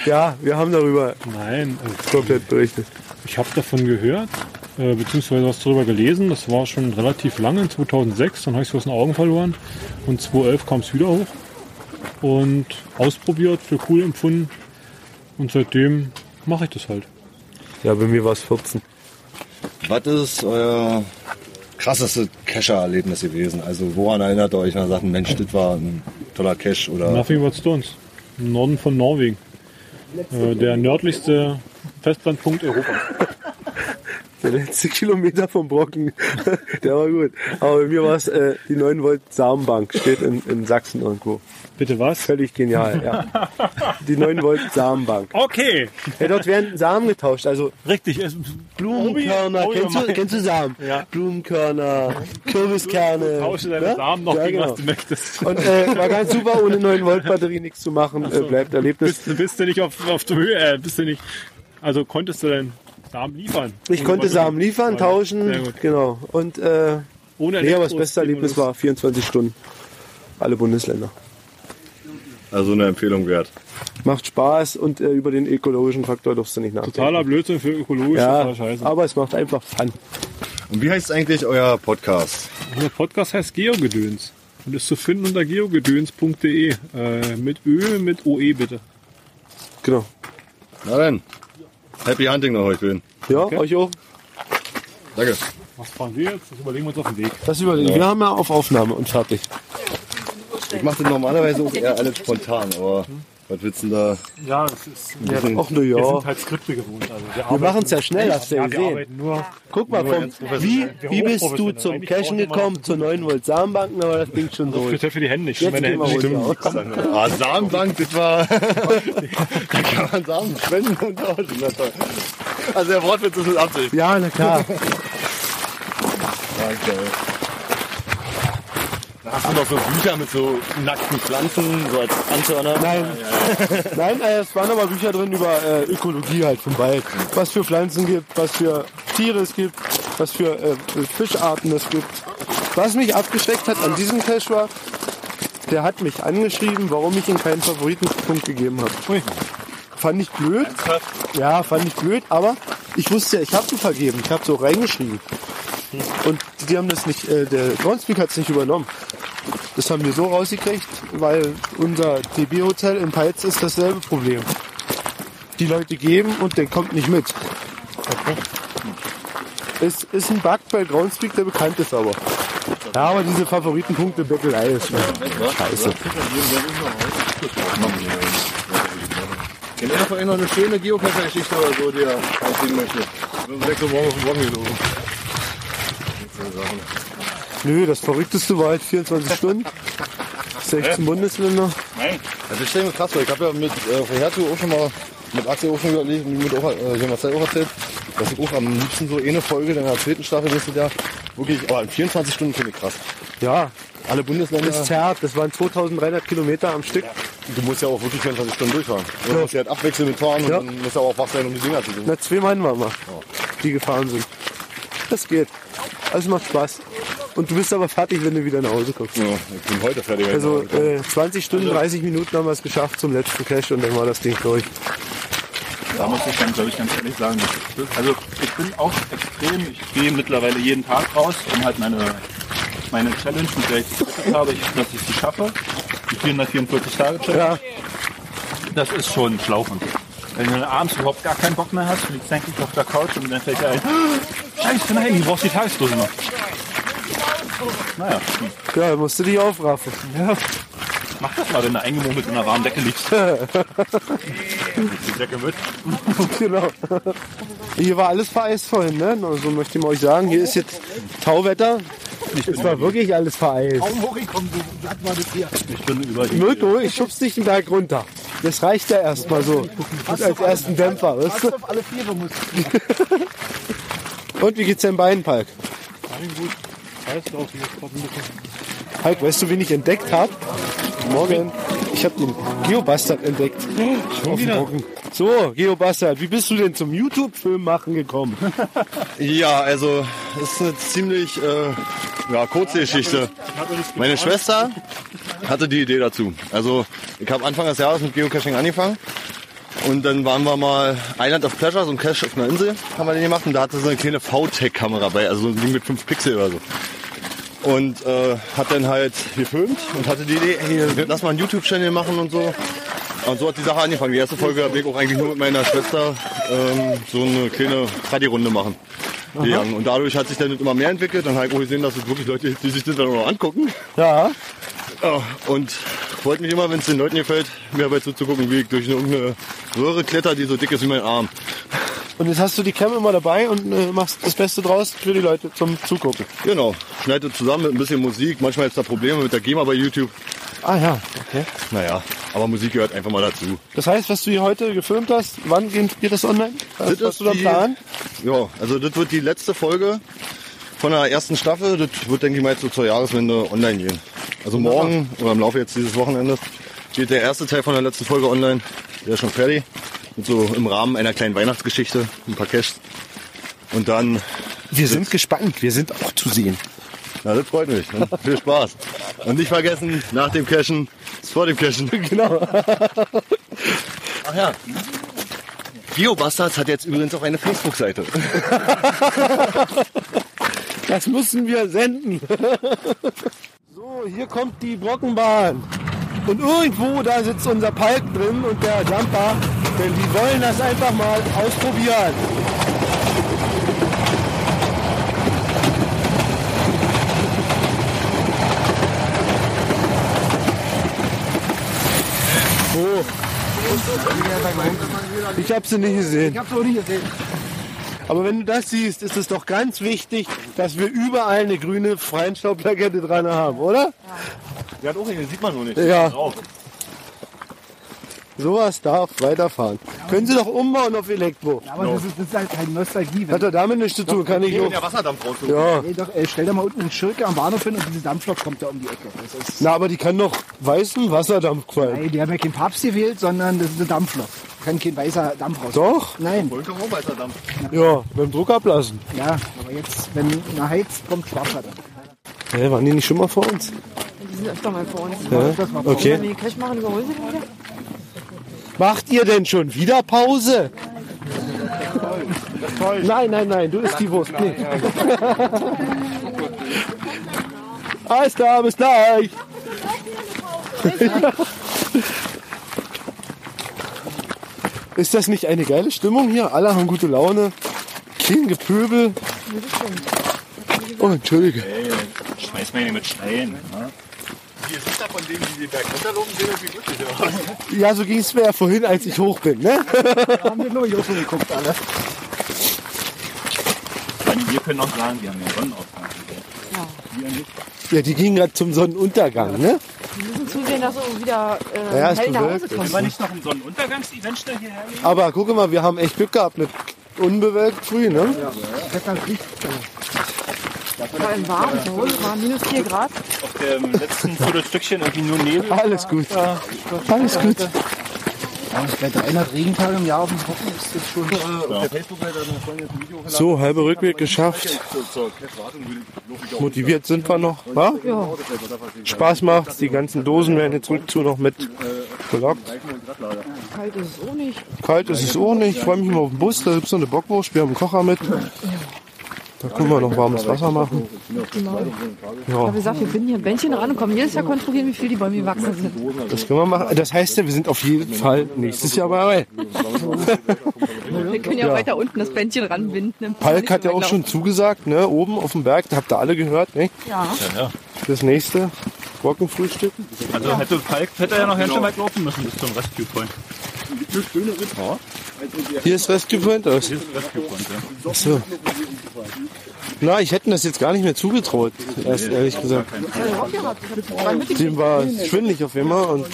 B: Ja, wir haben darüber
F: Nein, also
B: komplett berichtet.
F: ich habe davon gehört, äh, beziehungsweise was darüber gelesen. Das war schon relativ lange, in 2006. Dann habe ich es aus den Augen verloren. Und 2011 kam es wieder hoch. Und ausprobiert, für cool empfunden. Und seitdem mache ich das halt.
B: Ja, bei mir war es 14.
I: Was ist euer krasseste Cacher-Erlebnis gewesen? Also woran erinnert ihr euch, wenn ihr sagt, Mensch, das war ein toller Cache oder
F: Nothing but Stones. Im Norden von Norwegen. Äh, der nördlichste Festlandpunkt Europas.
B: Der letzte Kilometer vom Brocken, der war gut. Aber bei mir war es äh, die 9 Volt Samenbank, steht in, in Sachsen irgendwo.
F: Bitte was?
B: Völlig genial, ja. Die 9 Volt Samenbank.
F: Okay,
B: Ja, dort werden Samen getauscht, also
F: richtig. Es,
B: Blumenkörner,
F: Obi,
B: kennst, du,
F: Obi,
B: kennst du Samen?
F: Oh Ja.
B: Blumenkörner, Kürbiskerne. ne? genau.
F: tausche deine Samen noch gegen was du möchtest.
B: Und äh, war ganz super, ohne 9 Volt Batterie nichts zu machen, äh, bleibt Erlebnis.
F: Bist, bist du nicht auf, auf der Höhe? Äh, bist du nicht, also konntest du deinen Samen liefern?
B: Ich konnte Samen liefern,
F: Sehr
B: tauschen,
F: gut.
B: genau. Und äh,
F: Ohne
B: nee, aber das
F: Elektro-
B: beste Erlebnis war 24 Stunden. alle Bundesländer.
H: Also eine Empfehlung wert.
B: Macht Spaß und äh, über den ökologischen Faktor darfst du nicht nachdenken.
F: Totaler Blödsinn für ökologisch.
B: ja,
F: total scheiße.
B: aber es macht einfach Fun.
H: Und wie heißt eigentlich euer Podcast?
F: Unser Podcast heißt Geogedöns und ist zu finden unter geogedöns.de. Äh, mit Ö, mit OE bitte.
B: Genau.
H: Na dann. Happy Hunting noch euch bin.
B: Ja, euch auch.
H: Danke.
F: Was fahren wir jetzt? Das überlegen wir uns auf den Weg.
B: Das überlegen. Wir haben ja auf Aufnahme und fertig.
H: Ich mache das normalerweise auch eher alles spontan, aber was willst du denn da?
F: Ja, das ist.
H: Ja,
B: ach, na
F: Wir
B: ja.
F: sind halt Skripte gewohnt. Also
B: Wir machen es ja schnell, hast du ja
F: ja, wir
B: gesehen.
F: arbeiten nur.
B: Guck mal, vom, wie, wie bist du zum Cashen gekommen? Zur 9 Volt Samenbanken, aber das Ding schon durch.
F: Für, für die Hände nicht.
B: Jetzt
F: meine
B: gehen wir
F: Hände
B: runter.
H: Ah, Samenbank, das war. da kann man Samen spenden und tauschen. das war- Also der Wortwitz ist mit Absicht.
B: Ja, na klar.
H: Danke. Da hast du noch so Bücher mit so nackten Pflanzen, so als Anzörner.
B: Nein, nein, äh, es waren aber Bücher drin über äh, Ökologie halt vom Wald. Was für Pflanzen gibt, was für Tiere es gibt, was für äh, Fischarten es gibt. Was mich abgeschreckt hat an diesem Cash war, der hat mich angeschrieben, warum ich ihm keinen Favoritenpunkt gegeben habe. Fand ich blöd. Ja, fand ich blöd, aber ich wusste ja, ich habe ihn vergeben. Ich habe so reingeschrieben. Und die haben das nicht, äh, der Groundspeak hat es nicht übernommen. Das haben wir so rausgekriegt, weil unser DB-Hotel in Peitz ist dasselbe Problem. Die Leute geben und der kommt nicht mit. Es ist ein Bug bei Groundspeak, der bekannt ist aber. Ja, aber diese Favoritenpunkte Bettelei ist schon scheiße.
N: Kennt ihr von euch noch eine schöne Geocacher-Geschichte oder so, die ihr erzählen möchtet? Um 6 Uhr morgens auf den Brocken gelaufen.
B: Nö, das Verrückteste war halt 24 Stunden, 16 Bundesländer.
H: Also ich stelle mir krass vor, ich habe ja mit äh, auf der Hertour auch schon mal, mit Axel auch schon überlegt, und mit auch, äh, hier Marcel auch erzählt, dass ich auch am liebsten so eine Folge dann in der zweiten Staffel nächstes Jahr wirklich, aber in 24 Stunden finde ich krass.
B: Ja,
H: Alle Bundesländer,
B: das zerrt, das waren 2300 Kilometer am Stück.
H: du musst ja auch wirklich 24 Stunden durchfahren. Du musst ja halt abwechseln mit Fahren
B: Ja.
H: und dann musst du aber auch wach sein, um die Dinger zu suchen.
B: Na, zwei Mann waren wir, die gefahren sind. Das geht. Also macht Spaß. Und du bist aber fertig, wenn du wieder nach Hause kommst.
H: Ja, ich bin heute fertig.
B: Also äh, 20 Stunden, 30 Minuten haben wir es geschafft zum letzten Cash und dann war das Ding durch.
C: Da muss ich dann, glaube ich, ganz ehrlich sagen, das ist- also ich bin auch extrem, ich gehe mittlerweile jeden Tag raus, um halt meine, meine Challenge, mit der ich gesagt habe, ich, dass ich sie schaffe, die 444-Tage-Challenge,
B: Ja,
C: das ist schon schlauchend. Wenn du dann abends überhaupt gar keinen Bock mehr hast, liegst eigentlich auf der Couch und dann fällt dir ein, "Ah, scheiße, nein, du brauchst die Tageslose noch. Naja, hm.
B: ja, da musst du dich aufraffen.
C: mach das mal, wenn du eingemummelt in einer warmen Decke liegst. die Decke mit.
B: genau. Hier war alles vereist vorhin, ne? Na, So möchte ich mal euch sagen. Hier ist jetzt Tauwetter. Es war wirklich alles vereist.
C: Ich bin über die
B: Mirko, ich schub's dich einen Berg runter. Das reicht ja erstmal so. Als ersten Dämpfer, weißt du?
A: auf alle Viere musst.
B: Und wie geht's dir im Beinpark?
F: Weißt du auch, wie das kommt ein bisschen-
B: Halt, weißt du, wen ich entdeckt habe? Morgen. Ich habe den Geobastard entdeckt. Auf dem Brocken. So, Geobastard, wie bist du denn zum YouTube-Film machen gekommen?
H: Ja, also ist eine ziemlich äh, ja, kurze Geschichte. Meine Schwester hatte die Idee dazu. Also ich habe Anfang des Jahres mit Geocaching angefangen und dann waren wir mal Island of Pleasure, so ein Cache auf einer Insel, haben wir den gemacht und da hatte sie eine kleine VTech-Kamera bei, also so ein Ding mit 5 Pixel oder so. Und äh, hat dann halt gefilmt und hatte die Idee, hey, lass mal einen YouTube-Channel machen und so. Und so hat die Sache angefangen. Die erste Folge habe ich auch eigentlich nur mit meiner Schwester ähm, so eine kleine Party-Runde machen. Gegangen. Und dadurch hat sich dann immer mehr entwickelt. Dann habe ich auch gesehen, dass es wirklich Leute gibt, die sich das dann auch noch angucken.
B: Ja,
H: Ja, und freut mich immer, wenn es den Leuten gefällt, mir dabei zuzugucken, wie ich durch eine, irgendeine Röhre kletter, die so dick ist wie mein Arm.
B: und jetzt hast du die Cam immer dabei und äh, machst das Beste draus für die Leute zum Zugucken.
H: Genau, schneidet zusammen mit ein bisschen Musik. Manchmal ist da Probleme mit der GEMA bei YouTube.
B: Ah ja, okay.
H: Naja, aber Musik gehört einfach mal dazu.
B: Das heißt, was du hier heute gefilmt hast, wann geht geht das online?
H: Das
B: Was hast
H: ist
B: du da
H: die-
B: Plan?
H: Ja, also das wird die letzte Folge von der ersten Staffel. Das wird, denke ich mal, jetzt so zur Jahreswende online gehen. Also morgen oder im Laufe jetzt dieses Wochenendes geht der erste Teil von der letzten Folge online. Der ist schon fertig. Und so im Rahmen einer kleinen Weihnachtsgeschichte, ein paar Caches. Und dann,
B: Wir sind gespannt, wir sind auch zu sehen.
F: Also,
H: na, das freut mich. Und viel Spaß.
F: Und nicht vergessen, nach dem Cashen ist vor dem Cashen. genau. Ach ja. GeoBastards hat jetzt übrigens auch eine Facebook-Seite.
B: Das müssen wir senden. So, hier kommt die Brockenbahn. Und irgendwo da sitzt unser Palk drin und der Jumper, denn die wollen das einfach mal ausprobieren. Oh. Ich habe sie nicht gesehen.
A: Ich hab's auch nicht gesehen.
B: Aber wenn du das siehst, ist es doch ganz wichtig, dass wir überall eine grüne Freienstaubplakette dran haben, oder?
O: Der hat auch hier, sieht man nur nicht.
B: Ja.
O: Drauf.
B: Sowas darf weiterfahren. Können Sie doch umbauen auf Elektro.
A: Aber das, ist, das ist halt keine Nostalgie. wenn-
B: Hat doch damit nichts zu tun, kann ich
O: Wenn
B: auch.
O: der Wasserdampf raus.
B: Ja.
A: Nee, doch, ey, stell da mal unten einen Schirke am Bahnhof hin und diese Dampflok kommt da um die Ecke. Das ist,
B: Na, aber die kann doch weißen Wasserdampf qualmen.
A: ey, die haben ja keinen Papst gewählt, sondern das ist eine Dampflok. Kann kein weißer Dampf raus.
B: Doch?
A: Nein,
O: Vollkommen Wasserdampf.
B: Ja, beim Druck ablassen.
A: ja, aber jetzt, wenn einer heizt, kommt schwarzer Dampf.
B: Hä, waren die nicht schon mal vor uns?
G: Die sind öfter mal vor uns.
B: Ja? Okay.
G: die Crash machen, überholen sie wieder.
B: Macht ihr denn schon wieder Pause? Nein, nein, nein, du isst die Wurst nicht. Alles klar, bis gleich. Ist das nicht eine geile Stimmung hier? Alle haben gute Laune. Kein Gepöbel. Oh, entschuldige.
O: Schmeiß mir nicht mit Steinen. Ne? Hier sieht er von denen, die den Berg runterlaufen, sehen das wie glücklich aus.
B: Ja, so ging es mir ja vorhin, als ich hoch bin. Ne?
A: Da haben wir, glaube ich, auch so geguckt, alle.
O: Wir können auch sagen, wir haben ja Sonnenaufgang.
B: Ja, die gingen gerade zum Sonnenuntergang. Ne?
G: Wir müssen zusehen, dass wir wieder äh,
B: Ja, ist
G: hell nach Hause
B: bewölkt.
G: kommen.
O: War nicht noch ein Sonnenuntergangsevent hierher?
B: Aber guck mal, wir haben echt Glück gehabt mit unbewölkt früh. Ne?
A: Wetter riecht.
G: Vor allem warm, zu Hause war minus 4 Grad.
O: Auf dem Ähm, letzten Viertelstückchen irgendwie nur Nebel.
B: Alles gut. Alles gut.
A: Ja, bei 300 Regentagen im Jahr auf dem Trocken ist das schon. äh,
B: So, halbe Rückweg geschafft. Motiviert sind wir noch. Wa? Spaß macht. Die ganzen Dosen werden jetzt rückzu noch mit gelockt.
G: Kalt ist es auch nicht.
B: Kalt ist es auch nicht. Ich freue mich immer auf den Bus. Da gibt's noch eine Bockwurst. Wir haben einen Kocher mit. Da können wir noch warmes Wasser machen.
G: Aber wie gesagt, wir binden hier ein Bändchen ran und kommen jedes Jahr kontrollieren, wie viel die Bäume gewachsen sind.
B: Das können wir machen. Das heißt ja, wir sind auf jeden Fall nächstes Jahr dabei.
G: Wir können ja, weiter unten das Bändchen ranbinden.
B: Palk hat ja auch schon zugesagt, ne? Oben auf dem Berg. Da habt ihr alle gehört, ne?
G: Ja.
B: Das nächste. Brockenfrühstück.
O: Also hätte Falk hätte ja noch ganz schön weit laufen müssen Genau. bis zum Rescue Point.
B: Hier ist Rescue Point. oder was?
O: Hier ist Rescue Point, ja.
B: Ach so. Na, ich hätte das jetzt gar nicht mehr zugetraut, erst ehrlich gesagt. Dem war schwindelig auf jeden Fall und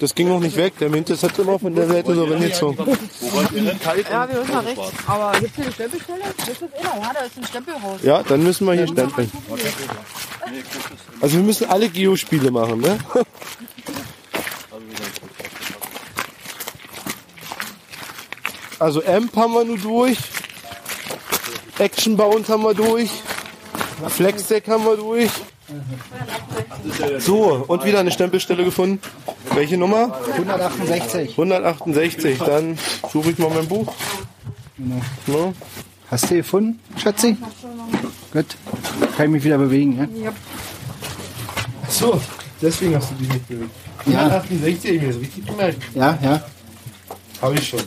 B: das ging auch nicht weg. Der Wind das hat immer von der Seite so reingezogen.
G: Ja, wir müssen mal rechts. Aber gibt es hier eine Stempelstelle? Das ist einer. Ja, da ist ein Stempelhaus.
B: Ja, dann müssen wir hier stempeln. Also wir müssen alle Geospiele machen, ne? Also Amp haben wir nur durch. Action Bound haben wir durch. Flex Deck haben wir durch. So, und wieder eine Stempelstelle gefunden. Welche Nummer?
A: 168.
B: 168. Dann suche ich mal mein Buch. Ne?
A: Hast du gefunden, Schatzi? Gut. Kann ich mich wieder bewegen, ne?
B: So, deswegen hast du die nicht bewegt.
A: Ja.
H: Ah.
B: 168, mir ist richtig gemerkt.
A: Ja, ja.
B: Habe ich schon.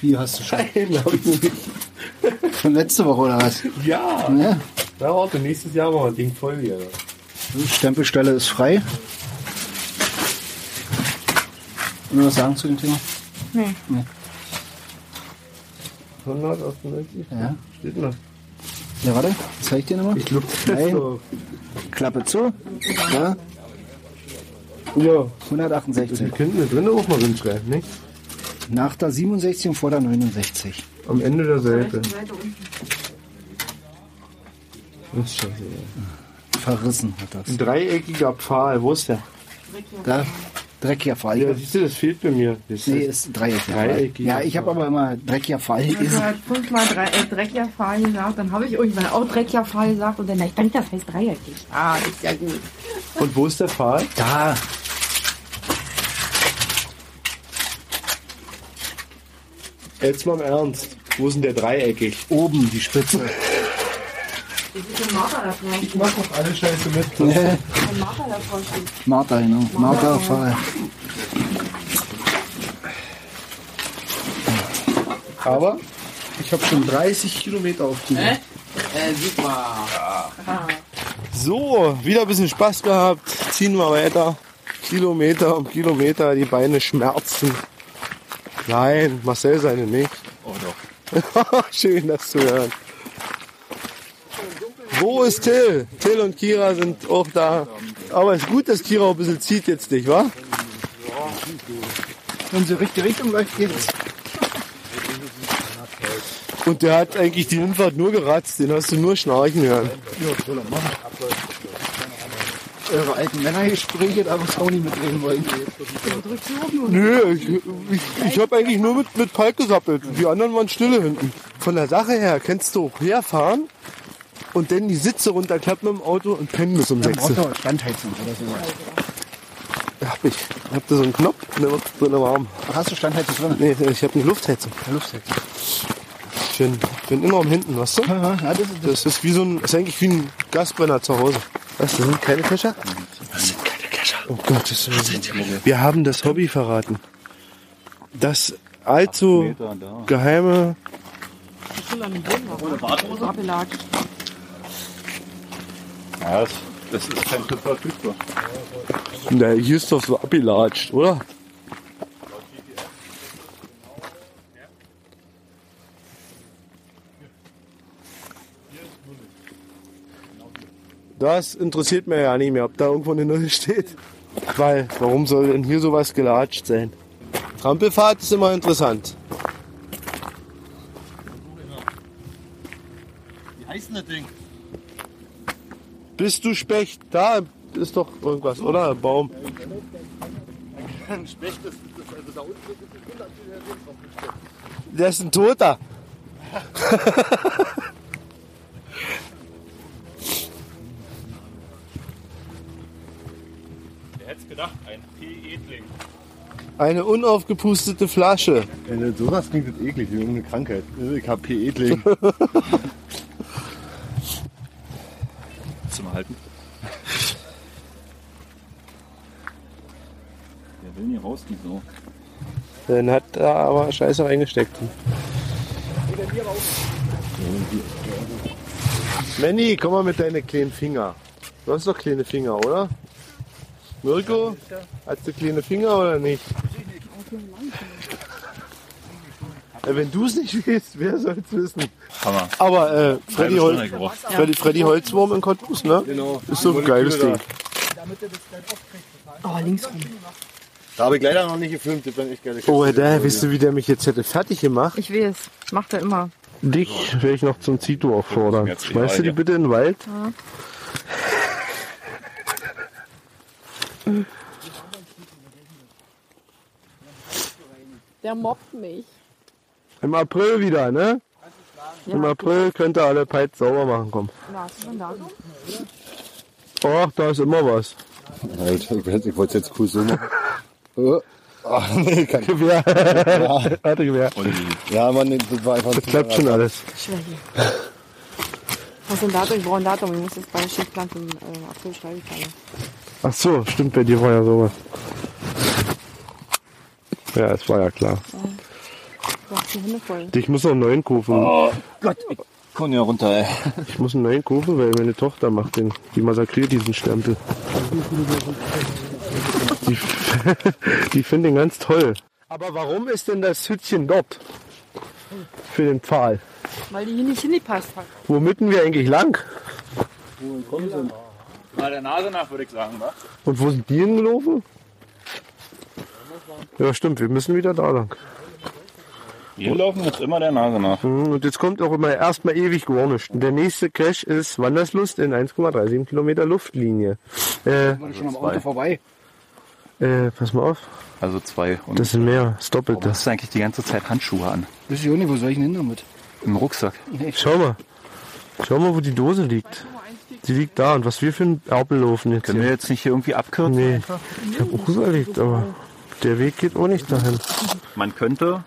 A: Wie hast du schon?
B: Nein, habe ich nicht.
A: Von letzte Woche oder was?
B: Ja.
A: Ja.
B: Na, warte, nächstes Jahr machen wir ein Ding voll wieder.
A: Stempelstelle ist frei. Nur was sagen zu dem Thema?
B: 198,
A: Ja.
B: steht noch.
A: Ja, warte. Zeig ich dir nochmal.
B: Ich glaube, das
A: Nein.
B: ist so.
A: Klappe zu. Ja.
B: Ja,
A: 168.
B: wir könnten eine Brille auch mal hinschreiben, nicht?
A: Nach der 67 und vor der 69.
B: Am Ende der Seite. Das ist scheiße.
A: Verrissen hat das.
B: Ein dreieckiger Pfahl, wo ist der?
A: Da, dreckiger Fall.
B: Ja, siehst du, das fehlt bei mir. Das
A: Nee,
B: ist
A: ist Dreieck.
B: Dreieck,
A: ja, ich habe aber immer dreckiger Fall.
G: Ich
A: Ist,
G: habe fünfmal drei, äh, Dreckjahrfahr gesagt, dann habe ich irgendwann auch Dreckjahrfahr gesagt und dann, ich denke, das heißt dreieckig. Ah, ist ja gut.
B: Und wo ist der Pfahl?
A: Da.
B: Jetzt mal im Ernst. Wo ist denn der dreieckig?
A: Oben die Spitze.
G: Ich
B: mach doch alle Scheiße mit.
G: Martha davon steht.
A: Martha, genau. Martha, Pfahl.
B: Aber
A: ich habe schon 30 Kilometer auf die Uhr.
P: super.
B: So, wieder ein bisschen Spaß gehabt. Ziehen wir weiter. Kilometer um Kilometer, die Beine schmerzen. Nein, Marcel seine nicht.
O: Oh doch.
B: Schön, das zu hören. Wo ist Till? Till und Kira sind auch da. Aber es ist gut, dass Kira auch ein bisschen zieht jetzt nicht, wa?
A: Wenn sie richtige Richtung läuft, geht's.
B: Und der hat eigentlich die Hinfahrt nur geratzt, den hast du nur schnarchen hören.
A: Ja, soll er machen. Eure alten Männergespräche, da muss auch nicht mitreden wollen.
B: Nö, ich, ich, ich habe eigentlich nur mit, mit Palk gesappelt. Die anderen waren stille hinten. Von der Sache her kannst du auch herfahren und dann die Sitze runterklappen im Auto und pennen bis um
A: Im
B: 6.
A: Auto Standheizung oder sowas.
B: Hab ich. Hab da so einen Knopf und dann wird's drin warm.
A: Hast du Standheizung drin?
B: Nee, ich habe eine Luftheizung.
A: Eine Luftheizung.
B: Schön. Ich bin immer am hinten, weißt du?
A: das, ist,
B: das ist wie so ein, ist eigentlich wie ein Gasbrenner zu Hause. Was, das sind keine Kescher? Oh Gott, das ist wir haben das Hobby verraten. Das allzu
O: Meter da.
B: geheime
G: Ohne Badhose? Abelagt.
O: Ja, das, das ist kein Tipp verfügbar.
B: Na, hier ist doch so abgelatscht, oder? Das interessiert mir ja nicht mehr, ob da irgendwo eine Null steht. Weil, warum soll denn hier sowas gelatscht sein? Trampelfahrt ist immer interessant.
F: Wie heißt denn das Ding?
B: Bist du Specht? Da ist doch irgendwas, oder? Ein Baum.
F: Ein Specht ist, ist also da unten ist ein Kinder, die der Wind draufgestellt.
B: Der ist ein Toter.
O: Wer hätte es gedacht, ein P-Edling.
B: Eine unaufgepustete Flasche.
F: Wenn das sowas klingt, ist eklig, wie irgendeine Krankheit. Ich hab P. Edling.
O: Zum Halten. Der will nie raus, die Sau.
B: Dann hat er aber Scheiße reingesteckt. Manny, komm mal mit deinen kleinen Finger. Du hast doch kleine Finger, oder? Mirko, hast du kleine Finger oder nicht? Äh, Wenn du es nicht weißt, wer soll es wissen?
O: Hammer.
B: Aber äh,
O: Halbe
B: Freddy,
O: Stunde
B: Hol
O: gebraucht.
B: Freddy, Freddy Holzwurm in Cottbus, ne?
F: Genau.
B: Ist so ein geiles Ding.
G: Oh, links rum.
F: Da habe ich leider noch nicht gefilmt, das wären echt geile
B: Oh, da, wisst du, wie der mich jetzt hätte fertig gemacht?
G: Ich weiß, macht er immer.
B: Dich werde ich noch zum Zito auffordern.
O: Jetzt
B: Schmeißt du die
O: egal,
B: bitte in den Wald?
G: Ja.
E: Der mobbt mich.
B: Im April wieder, ne? Im April könnt ihr alle Peit sauber machen kommen.
G: Na, hast du schon da?
B: Och, da ist immer was.
F: Alter, ich weiß, ich wollte es jetzt cool so machen. Oh, Ah, nee, kein
B: Gewehr.
F: Ja.
B: Hatte Gewehr.
F: Ja, Mann, das war einfach
B: Das klappt schon alles.
G: Schwäche. Was ist ein Datum? Ich brauche ein Datum. Ich muss jetzt bei der Schichtplan im äh, April schreiben.
B: Ach so, stimmt, bei dir war ja sowas. Ja, es war ja klar.
G: Du hast die Hände voll.
B: Ich muss noch einen neuen kaufen.
F: Gott, ich komm ja runter, ey.
B: Ich muss einen neuen kaufen, weil meine Tochter macht den. Die massakriert diesen Stempel. Die, die finden ihn ganz toll. Aber warum ist denn das Hütchen dort? Für den Pfahl.
G: Weil die hier nicht hingepasst hat.
B: Wo mitten wir eigentlich lang?
O: Mal der Nase nach, würde ich sagen, wa?
B: Und wo sind die hingelaufen? Ja, stimmt, wir müssen wieder da lang.
O: Wir laufen jetzt immer der Nase nach.
B: Mhm, Und jetzt kommt auch immer erstmal ewig gar nichts. Und Der nächste Cache ist Wanderslust in 1,37 Kilometer Luftlinie. Äh,
A: War schon am Auto vorbei.
B: äh, pass mal auf.
O: Also zwei. Und
B: Das sind mehr, das Doppelte.
O: hast du eigentlich die ganze Zeit Handschuhe an?
A: Wüsste ich auch nicht, wo soll ich denn hin damit?
O: Im Rucksack.
B: Schau mal. Schau mal, wo die Dose liegt. Die liegt da und was wir für einen Erpel laufen jetzt.
O: Können
B: hier.
O: wir jetzt nicht hier irgendwie abkürzen?
B: Nee, ich habe auch überlegt, aber der Weg geht auch nicht dahin.
O: Man könnte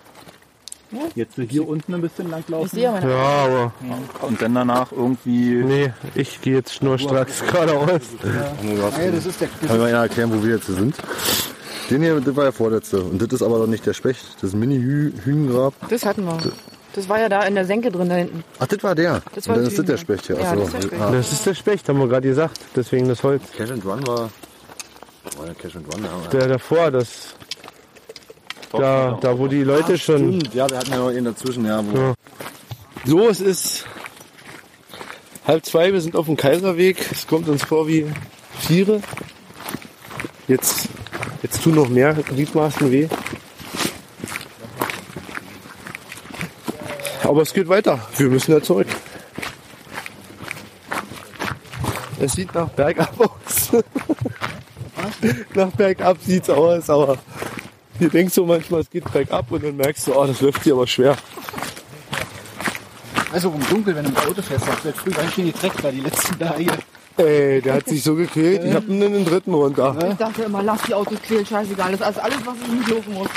O: jetzt so hier unten ein bisschen langlaufen.
G: Ich sehe aber
B: Ja, aber
O: Und dann danach irgendwie.
B: nee, ich gehe jetzt schnurstracks geradeaus.
A: Naja, das ist der, das
F: Kann mir einer erklären, wo wir jetzt hier sind? Den hier, das war der vorletzte. Und das ist aber doch nicht der Specht. Das ist ein Mini-Hühnengrab.
G: Das hatten wir. Das war ja da in der Senke drin da hinten.
F: Ach, das war der.
G: Das war
F: Und dann
G: das
F: ist das der
G: Hühnchen.
F: Specht hier.
G: Ja,
F: Achso.
G: das ist der Specht.
F: ah,
B: Das ist der Specht, haben wir gerade gesagt. Deswegen das Holz.
F: Cash and Run war. war ja Cash and Run, da haben wir-
B: Der davor, das. Da, da wo die Leute schon.
F: Stimmt, Hm, Ja, wir hatten ja noch einen dazwischen, ja. Wo
B: Ja. So, es ist halb zwei, wir sind auf dem Kaiserweg. Es kommt uns vor wie Tiere. Jetzt, jetzt tun noch mehr Gliedmaßen weh. Aber es geht weiter. Wir müssen ja zurück. Es sieht nach bergab aus. nach bergab sieht's aus, aber hier denkst du manchmal, es geht bergab und dann merkst du, oh, das läuft hier aber schwer.
A: also im Dunkeln, wenn du im Auto fährst, hast du halt früh ganz schön gekriegt, da die letzten Tage.
B: Ey, der hat sich so gequält, ich hab ihn in den dritten runter.
G: Ich dachte immer, lass die Autos quälen, scheißegal. Das ist alles, was ich nicht laufen muss.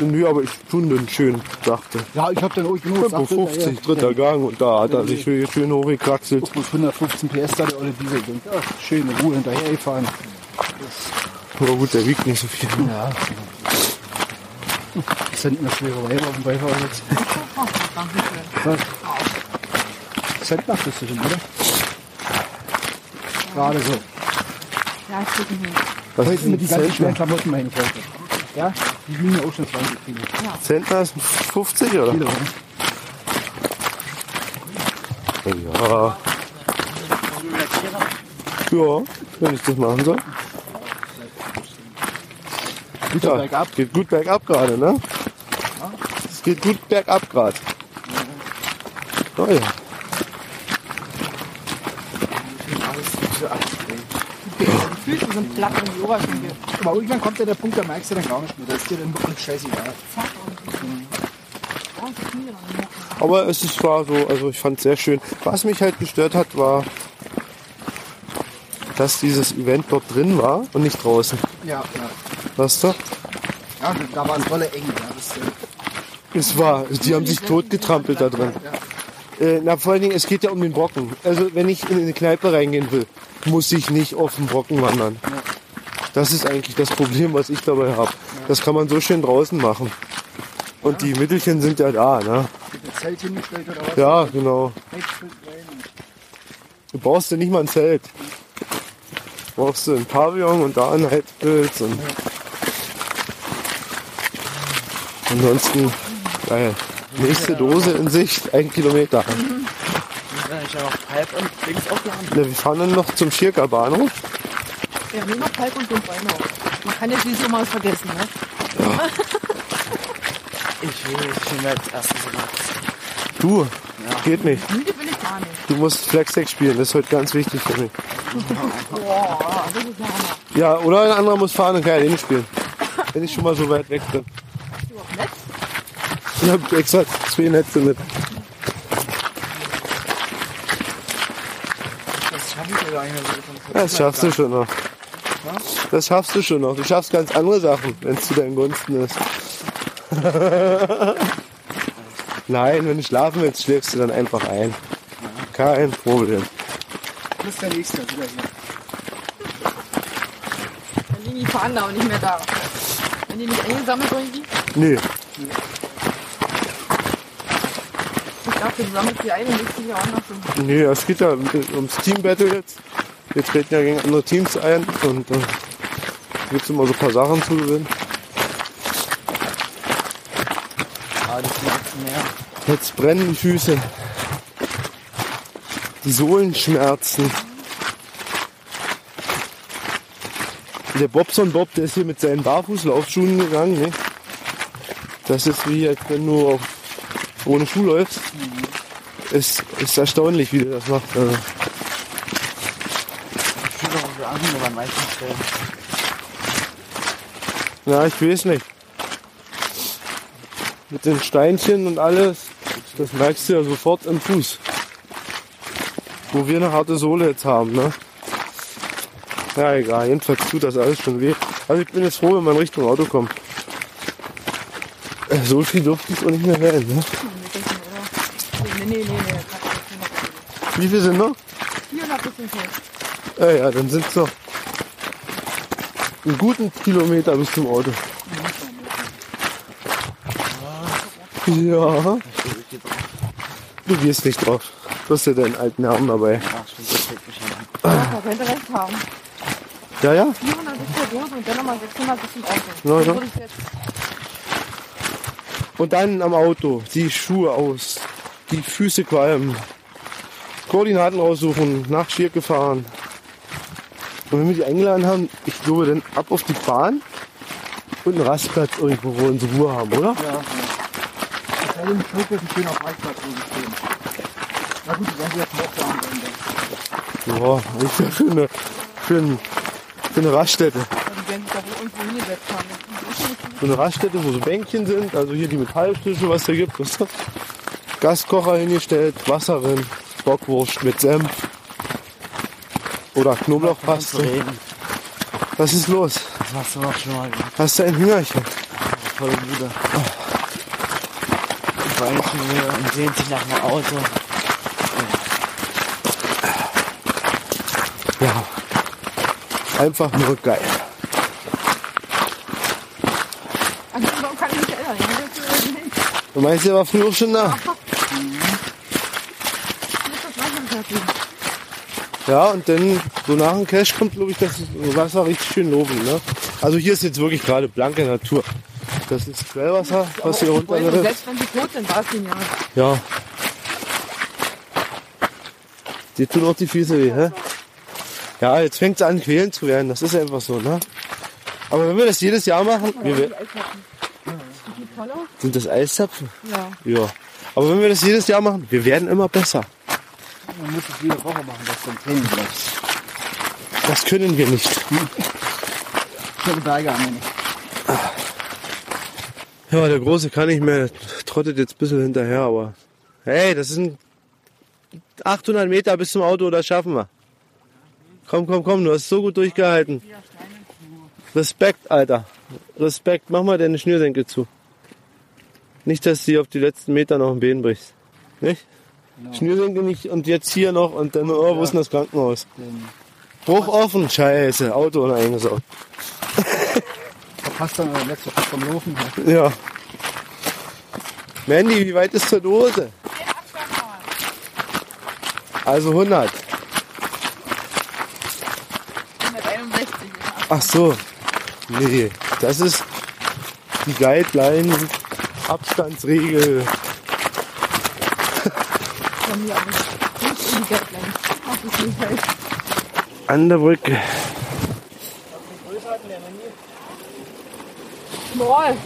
B: Nö, aber ich tun den schön, dachte.
A: Ja, ich hab dann auch genug. gesagt,
B: 55, dritter Gang und da hat er sich hier schön hochgekraxelt.
A: Guck mal, 115 PS da der olle Diesel. Ich denk, ja, schön in Ruhe hinterher gefahren.
B: Aber gut, der wiegt nicht so viel.
A: Ja. Das sind eine schwere Weiber auf dem Beifahrersitz. Was? Cent macht das schon, oder? Gerade so.
G: Ja, ich gucke nicht.
B: Was
A: Heute mit die ganzen schweren
B: Zentner?
A: Klamotten meine ich heute. Ja? Die wiegen ja auch schon 20 Kilo.
B: Zentner ist ein 50 oder?
A: Kilo. ne?
B: Ja. Ja, wenn ich das machen soll.
A: Guter
B: Ja,
A: Bergab.
B: geht gut bergab gerade, ne? Es geht gut bergab gerade. Oh ja.
G: Die Füße sind platt und die Oberschenkel. hier.
A: Aber irgendwann kommt ja der Punkt, da merkst du dann gar nicht mehr. Das ist dir dann wirklich scheißegal.
B: Aber es ist, war so, also ich fand es sehr schön. Was mich halt gestört hat, war, dass dieses Event dort drin war und nicht draußen.
A: Ja, ja.
B: Weißt du?
A: Ja, da waren tolle Eng. Ja, das, äh,
B: Es war, die haben sich totgetrampelt da drin. Äh, na, vor allen Dingen, es geht ja um den Brocken. Also, wenn ich in eine Kneipe reingehen will, muss ich nicht auf den Brocken wandern. Das ist eigentlich das Problem, was ich dabei habe. Das kann man so schön draußen machen. Und die Mittelchen sind ja da, ne?
A: mit dem Zelt hingestellt oder was?
B: Ja, genau.
A: Wechselt rein.
B: Du brauchst ja nicht mal ein Zelt. Du brauchst du ein Pavillon und da ein Heizpilz und ansonsten geil. Nächste Dose in Sicht, ein Kilometer. Na, Ne, wir fahren dann noch zum Schirker Bahnhof.
G: Ja, nur noch Kalk und Dumpfbein noch. Man kann ja schließlich immer was vergessen, ne?
B: Du, geht nicht.
G: Müde will ich gar nicht.
B: Du musst Flagstack spielen, das ist heute ganz wichtig für mich.
G: Boah, das ist ja Hammer.
B: Ja, oder ein anderer muss fahren und kann alleine spielen. Wenn ich schon mal so weit weg bin. Ich hab extra zwei Netze mit. Das schaffst du schon noch. Das schaffst du schon noch. Du schaffst ganz andere Sachen, wenn es zu deinen Gunsten ist. Nein, wenn du schlafen willst, schläfst du dann einfach ein. Kein Problem.
A: Das ist der nächste wieder hier.
G: Dann liegen die fahren da und nicht mehr da. Wenn die nicht eingesammelt irgendwie,
B: Nee,
G: ich glaube, du sammelst die ein und legst die hier auch noch so.
B: nee, es geht ja ums Teambattle jetzt. Wir treten ja gegen andere Teams ein und äh, gibt's immer so ein paar Sachen zu gewinnen.
A: Ah, das macht mehr.
B: Jetzt brennen die Füße. Die Sohlen schmerzen. Der Bobson Bob, der ist hier mit seinen Barfußlaufschuhen gegangen. Ne? Das ist wie, als wenn du auf, ohne Schuh läufst. Ist, ist erstaunlich, wie der das macht. Also,
A: Ich fühle auch so an, aber meistens stellen.
B: na, ich weiß nicht. Mit den Steinchen und alles, das merkst du ja sofort im Fuß. wo wir eine harte Sohle jetzt haben, ne? Ja, egal. Jedenfalls tut das alles schon weh. Also ich bin jetzt froh, wenn man Richtung Auto kommt. Äh, So viel durfte es auch nicht mehr werden, ne?
G: Nee, nee, nee, nee.
B: Wie viel sind noch?
G: 400 bis zum Schluss.
B: Ja, ja, dann sind es noch einen guten Kilometer bis zum Auto. Ja. Du gehst nicht drauf. Du hast ja deinen alten Arm dabei.
G: Ja, man könnte recht haben.
B: Ja, ja.
G: 400 bis zur Dose und dann nochmal 600 bis zum Auto.
B: Ja, ja.
G: Dann würde ich jetzt
B: Und dann am Auto. Die Schuhe aus. Die Füße qualmen. Koordinaten raussuchen. Nach Schirke fahren. Und wenn wir die eingeladen haben, ich glaube dann ab auf die Bahn und einen Rastplatz irgendwo, wo wir unsere Ruhe haben, oder?
A: Ja, ja. Das hat im Schluss ein schöner Parkplatz so gesehen. Na gut, die werden sie jetzt noch da am Ende.
B: Ja, ich für eine, für, ein, für eine Raststätte.
G: die werden sich da wohl irgendwo hingesetzt haben.
B: So eine Raststätte, wo so Bänkchen sind, also hier die Metalltische, was da gibt, wisst ihr? Gaskocher hingestellt, Wasser drin, Bockwurst mit Senf oder Knoblauchpaste. Was ist los?
A: Das hast du doch schon mal gemacht,
B: Hast du ein Hüngerchen?
A: volle Bude. Die Weichen hier und sehnt sich nach einem Auto.
B: Ja. Einfach nur geil.
G: An den Baum Also, kann ich mich erinnern. Ich muss das überlegen.
B: Du meinst, der war früher auch schon da?
G: Ich muss das Wasser fertig.
B: Ja, und dann so nach dem Cash kommt, glaube ich, das Wasser richtig schön loben. Ne? Also hier ist jetzt wirklich gerade blanke Natur. Das ist Quellwasser, was hier
G: Obwohl,
B: runterläuft.
G: Selbst wenn sie tot sind, war es genial.
B: Ja. Dir tun auch die Füße weh, hä? Ja, jetzt fängt's an, quälend zu werden. Das ist einfach so, ne? Aber wenn wir das jedes Jahr machen, wir, wer-
G: Sieht toll aus.
B: sind das Eiszapfen?
G: Ja.
B: Ja. Aber wenn wir das jedes Jahr machen, wir werden immer besser.
A: Man muss es jede Woche machen, dass du im Training bleibst.
B: Das können wir nicht.
A: Schöne Berge haben wir nicht.
B: Ja, der Große kann nicht mehr. Trottet jetzt ein bisschen hinterher, aber... Hey, das sind 800 Meter bis zum Auto, das schaffen wir. Komm, komm, komm, du hast so gut durchgehalten. Respekt, Alter. Respekt, mach mal deine Schnürsenkel zu. Nicht, dass du dir auf die letzten Meter noch ein Bein brichst. Nicht? Schnürsenkel nicht und jetzt hier noch und dann, oh, wo ist denn das Krankenhaus? Bruch offen, scheiße, Auto oder eingesaugt.
A: Verpasst dann aber letzte Woche vom Laufen.
B: Ja.
A: her.
B: Mandy, wie weit ist zur Dose? Also 100.
G: 161.
B: Ach so. Nee, das ist die Guideline Abstandsregel.
G: Von mir aus. Nicht in die Geldlein. Mach das nicht selbst.
B: An der Brücke.
G: Moral.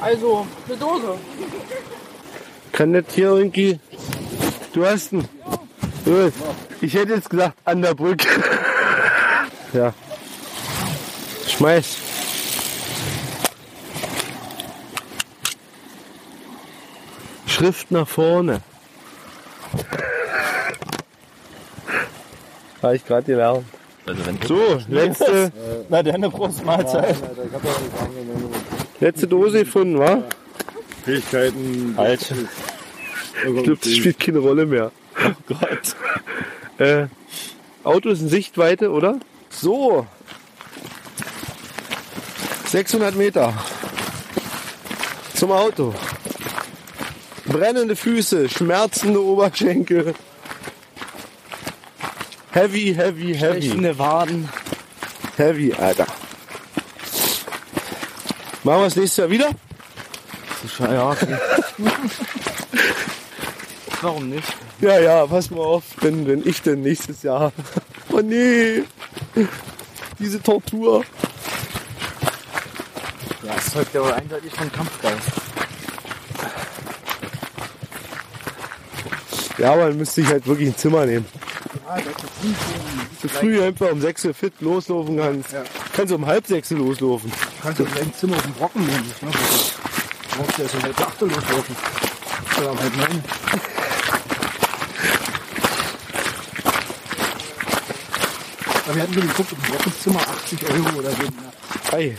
G: Also, eine Dose.
B: Kann das hier irgendwie. Du hast ihn. Gut. Ich hätte jetzt gesagt, an der Brücke. ja. Schmeiß. Schrift nach vorne. Habe ich gerade gelernt. So, letzte,
O: Na, deine Brustmahlzeit.
B: letzte Dose gefunden, wa?
D: Fähigkeiten.
O: Alt.
B: Ich glaube, das spielt keine Rolle mehr.
O: Gott.
B: Äh, Auto ist in Sichtweite, oder? So. 600 Meter. Zum Auto. Brennende Füße, schmerzende Oberschenkel. Heavy, heavy, heavy.
A: Stechende Waden.
B: Heavy, Alter. Machen wir das nächste Jahr wieder?
A: Ja, okay. Warum nicht?
B: Ja, ja, pass mal auf, wenn, wenn ich denn nächstes Jahr. Oh nee. Diese Tortur.
A: Ja, es zeugt ja wohl eindeutig von Kampfgeist.
B: Ja, aber dann müsste ich halt wirklich ein Zimmer nehmen. So früh einfach um 6 Uhr fit loslaufen kannst.
A: Ja.
B: Kannst du um halb 6 Uhr loslaufen.
A: Du kannst ja dein Zimmer auf den Brocken nehmen. Ne? Du brauchst ja so eine Dachtel loslaufen. Oder um halb neun. Aber wir hatten schon geguckt, im Wochenzimmer 80 Euro oder so.
B: Ei.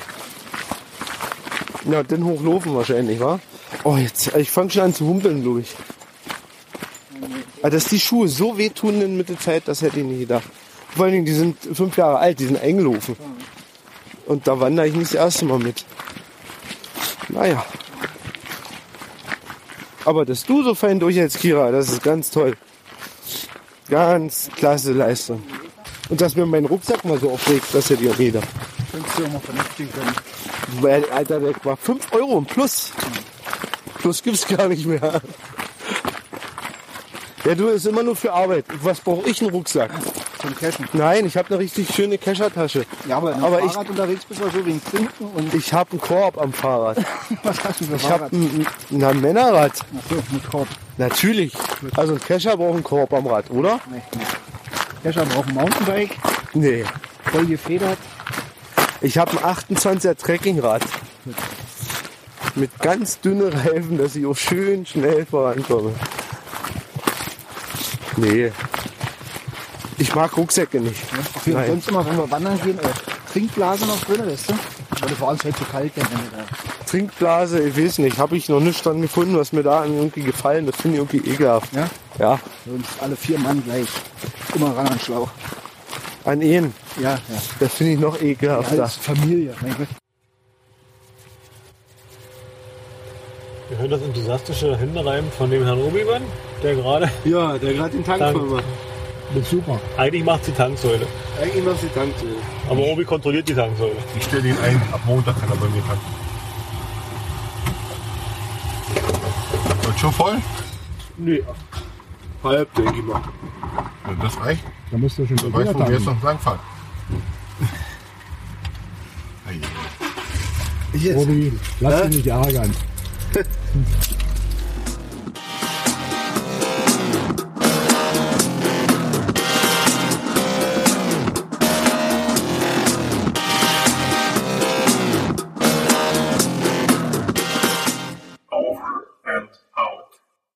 B: Na, dann hochlaufen wahrscheinlich, wa? Oh, jetzt, ich fange schon an zu humpeln, glaube ich. Aber dass die Schuhe so wehtun in Mittelzeit, das hätte ich nicht gedacht. Vor allen Dingen, die sind fünf Jahre alt, die sind eingelaufen. Und da wandere ich nicht das erste Mal mit. Naja. Aber dass du so fein durchhältst, Kira, das ist ganz toll. Ganz klasse Leistung. Und dass mir mein Rucksack mal so aufregt, das hätte ich auch jeder.
A: Könntest du auch mal vernünftig können.
B: Weil, Alter, der war 5 Euro im Plus. Plus gibt's gar nicht mehr. Ja, du ist immer nur für Arbeit. Was brauche ich einen Rucksack?
A: Zum Cashen.
B: Nein, ich habe eine richtig schöne Keschertasche.
A: Ja, aber, wenn du
B: Aber
A: Fahrrad
B: ich-
A: unterwegs bist du so wegen Trinken und
B: Ich habe einen Korb am Fahrrad.
A: was hast du für
B: Ich habe
A: Fahrrad?
B: ein, ein, ein Männerrad.
A: Ach so, mit Korb.
B: Natürlich. Also ein Kescher braucht einen Korb am Rad, oder?
A: Nee, nee. Kescher braucht ein Mountainbike,
B: Nee.
A: voll gefedert.
B: Ich habe ein 28er Trekkingrad. Mit ganz dünnen Reifen, dass ich auch schön schnell vorankomme. Nee. Ich mag Rucksäcke nicht.
A: Wir
B: Nein.
A: haben sonst immer, wenn wir wandern gehen, äh, Trinkblase noch drin, weißt du? Weil du vor allem halt zu kalt, dann, wenn du da.
B: Trinkblase, ich weiß nicht, habe ich noch nichts dran gefunden, was mir da irgendwie gefallen. Das finde ich irgendwie ekelhaft.
A: Ja?
B: Ja,
A: Sonst alle vier Mann gleich. Immer ran an den Schlauch.
B: an ihn.
A: Ja, ja.
B: Das finde ich noch ekelhafter.
A: Als Familie. Mein Gott.
C: Wir hören das enthusiastische Händereiben von dem Herrn Obi-Wan, der gerade
B: Ja, der gerade den Tank
C: Tank.
B: voll macht.
A: Das ist super.
C: eigentlich macht die Tanksäule.
B: Eigentlich macht die Tanksäule.
C: Aber Obi kontrolliert die Tanksäule.
O: Ich stelle den ein, ab Montag kann er bei mir tanken. Wird schon voll?
C: Nee,
O: Halb, denke ich mal. Ja, das reicht.
A: Da musst du schon
O: Du weißt, wo wir jetzt noch langfahren.
A: Jetzt.
I: Lass dich nicht ärgern.